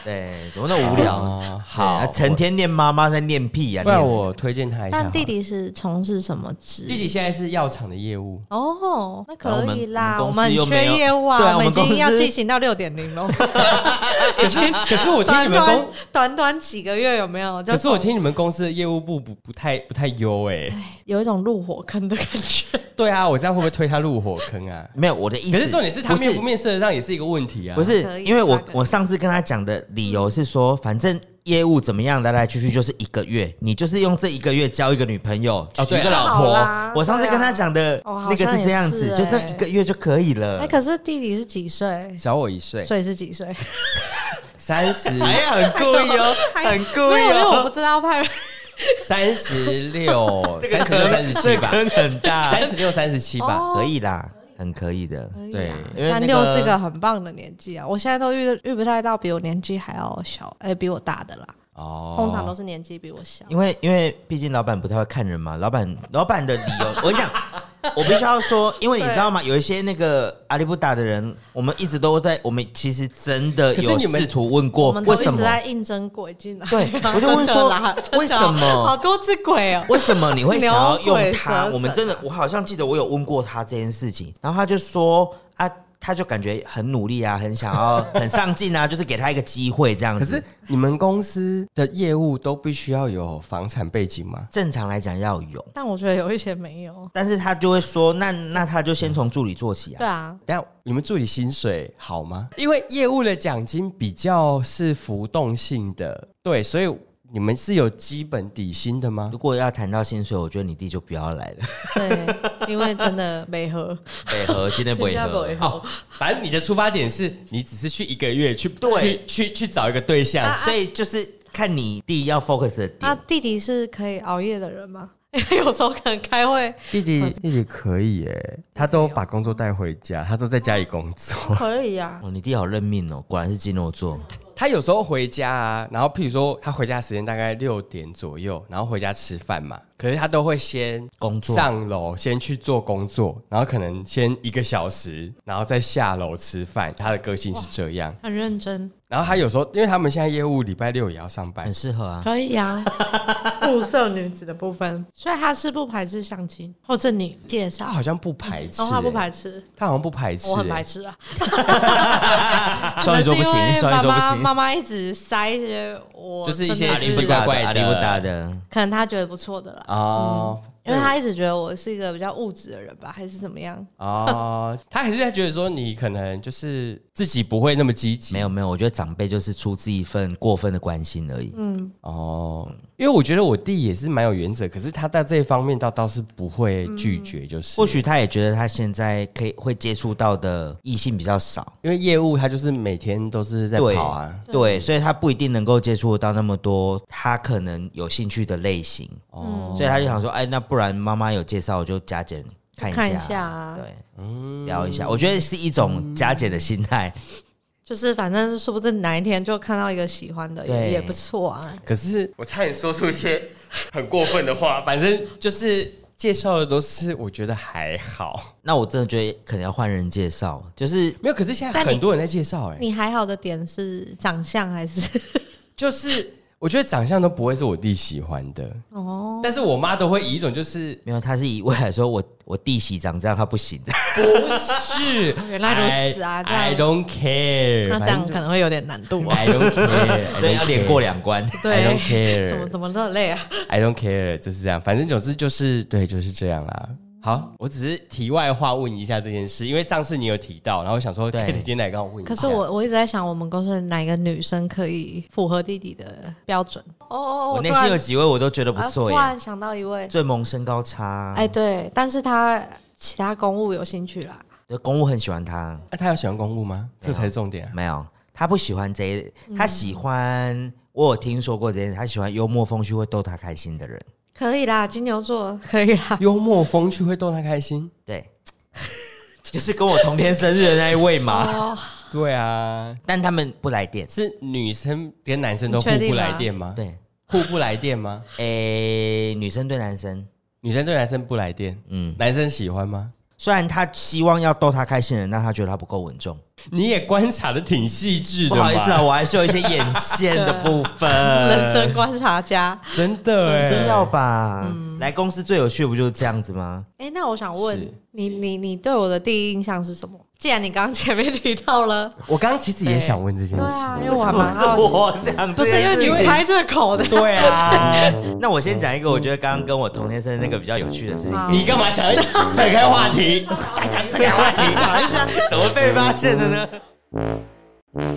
Speaker 1: 对，怎么那么无聊？
Speaker 2: 哦
Speaker 1: 对
Speaker 2: 好
Speaker 1: 他，成天念妈妈在念屁呀、
Speaker 2: 不然
Speaker 1: 念
Speaker 2: 我推荐他一下好
Speaker 4: 但
Speaker 2: 了。
Speaker 4: 弟弟是从事什么职？
Speaker 2: 弟弟现在是药厂的业 务，
Speaker 4: 哦，那
Speaker 1: 啊我
Speaker 4: 可
Speaker 1: 们
Speaker 4: 以啦，
Speaker 1: 我
Speaker 4: 我
Speaker 1: 们公司又没
Speaker 4: 们很缺
Speaker 1: 有
Speaker 4: 业务
Speaker 1: 对啊
Speaker 4: 啊，
Speaker 1: 我
Speaker 4: 我们已
Speaker 1: 们公
Speaker 4: 经要
Speaker 1: 司
Speaker 4: 进行到六点零喽。
Speaker 2: 可是可是我听你
Speaker 4: 短
Speaker 2: 们
Speaker 4: 短
Speaker 2: 公，
Speaker 4: 短短几个月有没有？就哦
Speaker 2: 可是我听你们公司的业务部不不太不太优哎。
Speaker 4: 有一种入火坑的感觉。
Speaker 2: 对啊，我这样会不会推他入火坑啊？
Speaker 1: 没有我的意思。
Speaker 2: 可是重点是他
Speaker 1: 不
Speaker 2: 面不面试得上也是一个问题啊。
Speaker 1: 不
Speaker 4: 可
Speaker 1: 是，
Speaker 4: 以
Speaker 1: 因为我
Speaker 4: 大概
Speaker 1: 我上次跟他讲的理由是说，反正业务怎么样，来来去去就是一个月，你就是用这一个月交一个女朋友，娶
Speaker 2: 对
Speaker 1: 一
Speaker 2: 啊
Speaker 1: 个老
Speaker 4: 好
Speaker 1: 婆
Speaker 4: 啦。
Speaker 1: 我上次
Speaker 4: 对啊
Speaker 1: 跟他讲的
Speaker 4: 哦
Speaker 1: 那
Speaker 4: 好
Speaker 1: 个
Speaker 4: 像
Speaker 1: 是这样子，
Speaker 4: 也
Speaker 1: 就是那
Speaker 4: 欸
Speaker 1: 一个月就可以
Speaker 4: 哎，
Speaker 1: 了，
Speaker 4: 可是弟弟是几岁？
Speaker 2: 小我一岁，
Speaker 4: 所以是几岁？
Speaker 2: 三 十
Speaker 1: 哎呀，很故意 哦，很故
Speaker 4: 没有，
Speaker 1: 意
Speaker 4: 因为我不
Speaker 1: 哦，
Speaker 4: 知道怕人
Speaker 2: 三十 六、
Speaker 1: 这个
Speaker 2: 三十
Speaker 1: 可能
Speaker 2: 六、三十七吧，
Speaker 1: 这个 很 大，
Speaker 2: 三十六、三十七吧。
Speaker 4: 哦
Speaker 1: 可以 啦，很可以的。
Speaker 2: 对
Speaker 1: 因为那
Speaker 4: 三
Speaker 1: 个
Speaker 4: 六是个很棒的年纪啊！我现在都遇遇不太到比我年纪还要小，哎、比我大的啦。
Speaker 2: 哦，
Speaker 4: 通常都是年纪比我小。
Speaker 1: 因为因为毕竟老板不太会看人嘛，老板老板的理由，我跟你讲，我必须要说，因为你知道吗？有一些那个阿里不达的人，我们一直都在，我们其实真的
Speaker 2: 可是
Speaker 1: 有
Speaker 2: 你们
Speaker 1: 试图问
Speaker 4: 我
Speaker 1: 过
Speaker 4: 们都
Speaker 1: 为
Speaker 4: 一
Speaker 1: 什
Speaker 4: 直
Speaker 1: 么。
Speaker 4: 在应征鬼进来，
Speaker 1: 对我就问说
Speaker 4: 真的啦真的
Speaker 1: 为什么
Speaker 4: 好多只鬼哦、
Speaker 1: 为什么你 会想要用
Speaker 4: 牛鬼蛇
Speaker 1: 他？
Speaker 4: 神
Speaker 1: 我们真的，我好像记得我有问过他这件事情，然后他就说啊，他就感觉很努力啊，很想要，很上进啊，就是给他一个机会这样
Speaker 2: 可
Speaker 1: 子。
Speaker 2: 是你们公司的业务都必须要有房产背景吗？
Speaker 1: 正常来讲要有，
Speaker 4: 但我觉得有一些没有。
Speaker 1: 但是他就会说，那那他就先从助理做起啊
Speaker 4: 对。啊，
Speaker 2: 但你们助理薪水好吗？因为业务的奖金比较是浮动性的，对，所以你们是有基本底薪的吗
Speaker 1: 如？果要谈到薪水，我觉得你弟就不要来了。
Speaker 4: 对，因为真的没喝，
Speaker 1: 北河今 天不会
Speaker 4: 真的不
Speaker 1: 喝
Speaker 4: 会，
Speaker 2: 哦，反正你的出发点是你只是去一个月去
Speaker 1: 对
Speaker 2: 去去去找一个对象，
Speaker 1: 所以就是看你弟要 focus 的
Speaker 4: 那
Speaker 1: 点。
Speaker 4: 弟弟是可以熬夜的人吗？ 因为有时候可能开会
Speaker 2: 弟弟弟弟可以耶，他都把工作带回家，他都在家里工作。
Speaker 4: 可以啊，
Speaker 1: 哦，你弟好认命哦，果然是金牛座。
Speaker 2: 他有时候回家啊，然后譬如说他回家时间大概六点左右，然后回家吃饭嘛，可是他都会先
Speaker 1: 工作
Speaker 2: 上楼，先去做工作，然后可能先一个小时，然后再下楼吃饭。他的个性是这样。
Speaker 4: 很认真，
Speaker 2: 然后他有时候，因为他们现在业务礼拜六也要上班
Speaker 1: 很，适合 啊。
Speaker 4: 可以 啊。物色女子的部分，所以他是不排斥相亲，或者你介
Speaker 2: 他
Speaker 4: 绍，
Speaker 2: 好像不排斥、
Speaker 4: 然后他不
Speaker 2: 欸
Speaker 4: 排斥，
Speaker 2: 他好像不排斥、
Speaker 4: 我很排
Speaker 2: 欸。
Speaker 4: 斥 啊。
Speaker 1: 双鱼座不
Speaker 4: 可能是
Speaker 1: 行，
Speaker 4: 因为
Speaker 1: 双鱼座不
Speaker 4: 妈妈妈
Speaker 1: 行，
Speaker 4: 妈一直塞一些我，
Speaker 2: 就是一些
Speaker 1: 阿
Speaker 2: 阿
Speaker 1: 里
Speaker 2: 里
Speaker 1: 不
Speaker 2: 不
Speaker 1: 达
Speaker 2: 达
Speaker 1: 的，
Speaker 2: 的
Speaker 1: 阿里不达的。
Speaker 4: 可能他觉得不错的啦，
Speaker 2: 哦，
Speaker 4: 因为他一直觉得我是一个比较物质的人吧，还是怎么样？
Speaker 2: 哦，他还是在觉得说你可能就是自己不会那么积极，
Speaker 1: 没有没有，我觉得长辈就是出自一份过分的关心而已。
Speaker 4: 嗯，
Speaker 2: 哦，因为我觉得我弟也是蛮有原则，可是他在这一方面倒倒是不会拒绝，就是、
Speaker 1: 或许他也觉得他现在可以会接触到的异性比较少，
Speaker 2: 因为业务他就是每天都是在
Speaker 1: 对
Speaker 2: 跑啊，
Speaker 1: 对，所以他不一定能够接触到那么多他可能有兴趣的类型，
Speaker 2: 哦，
Speaker 1: 所以他就想说，哎，那不然妈妈有介绍，我就加减看一下，
Speaker 4: 看一下啊
Speaker 1: 对，
Speaker 2: 嗯
Speaker 1: 聊一下。我觉得是一种加减的心态，
Speaker 4: 就是反正说不定哪一天就看到一个喜欢的，
Speaker 1: 对
Speaker 4: 也也不错啊。
Speaker 2: 可是我差点说出一些很过分的话，反正就是介绍的都是我觉得还好，
Speaker 1: 那我真的觉得可能要换人介绍，就是
Speaker 2: 没有，可是现在
Speaker 4: 但你
Speaker 2: 很多人在介绍、哎，
Speaker 4: 你还好的点是长相还是？
Speaker 2: 就是我觉得长相都不会是我弟喜欢的，
Speaker 4: 哦，
Speaker 2: 但是我妈都会以一种就是
Speaker 1: 没有，他是以未来说我我弟媳长这样，他不行，
Speaker 2: 不是，
Speaker 4: 原来如此啊
Speaker 2: I-
Speaker 4: 这样
Speaker 2: I don't care，
Speaker 4: 那这
Speaker 2: 反
Speaker 4: 样
Speaker 2: 正就
Speaker 4: 可能会有点难度啊。
Speaker 2: I don't care，
Speaker 1: 对，要连过。两关。
Speaker 2: I don't care，
Speaker 4: 对，怎么怎么那么累 啊？
Speaker 2: I don't care，就是这样。反正总之就是对，就是这样啦。好，我只是题外话问一下这件事，因为上次你有提到，然后我想说
Speaker 1: 对
Speaker 2: Kate 今天来跟我问一下。
Speaker 4: 可是我我一直在想，我们公司的哪一个女生可以符合弟弟的标准？哦哦啊
Speaker 1: 我内心有几位我都觉得不错
Speaker 4: 突
Speaker 1: 耶，
Speaker 4: 然想到一位，
Speaker 1: 最萌身高差，
Speaker 4: 哎，
Speaker 1: 哎，
Speaker 4: 对，但是他其他公务有兴趣啦。
Speaker 1: 公务很喜欢他，
Speaker 2: 那、啊他有喜欢公务吗？这才是重点、啊。
Speaker 1: 没有，他不喜欢这一，他喜
Speaker 4: 嗯
Speaker 1: 欢我有听说过这件事，他喜欢幽默风趣会逗他开心的人，
Speaker 4: 可以啦，金牛座可以 啦。
Speaker 2: 幽默风趣会逗他开心。
Speaker 1: 对，就是跟我同天生日的那一位嘛，
Speaker 4: 哦，
Speaker 2: 对啊，
Speaker 1: 但他们不来电，
Speaker 2: 是女生跟男生都
Speaker 4: 你
Speaker 2: 互
Speaker 4: 确定
Speaker 2: 不
Speaker 4: 吗
Speaker 2: 来电吗？
Speaker 1: 对，
Speaker 2: 互不来电吗？
Speaker 1: 诶，女生对男生，
Speaker 2: 女生对男生不来电，
Speaker 1: 嗯，
Speaker 2: 男生喜欢吗？
Speaker 1: 虽然他希望要逗他开心的人，但他觉得他不够稳重，
Speaker 2: 你也观察的挺细致
Speaker 1: 不
Speaker 2: 的，
Speaker 1: 好意思啊，，我还是有一些眼线的 部分，
Speaker 4: 人生观察家。
Speaker 2: 真的哎、
Speaker 1: 一定要吧？
Speaker 4: 嗯
Speaker 1: 来公司最有趣不就是这样子吗？
Speaker 4: 哎、那我想
Speaker 2: 是
Speaker 4: 问你，你你对我的第一印象是什么？既然你刚刚前面提到了，
Speaker 2: 我刚刚其实也想问这件事，
Speaker 4: 对啊，因为我还蛮
Speaker 1: 是
Speaker 4: 好奇，
Speaker 1: 嗯 我啊这样，
Speaker 4: 不是因为你开这个口的，
Speaker 2: 对啊，
Speaker 1: 那我先讲一个，我觉得刚刚跟我同天生的那个比较有趣的事 情。
Speaker 2: 你干嘛想要扯开话 题？还想扯开话题？
Speaker 1: 怎么被发现的呢？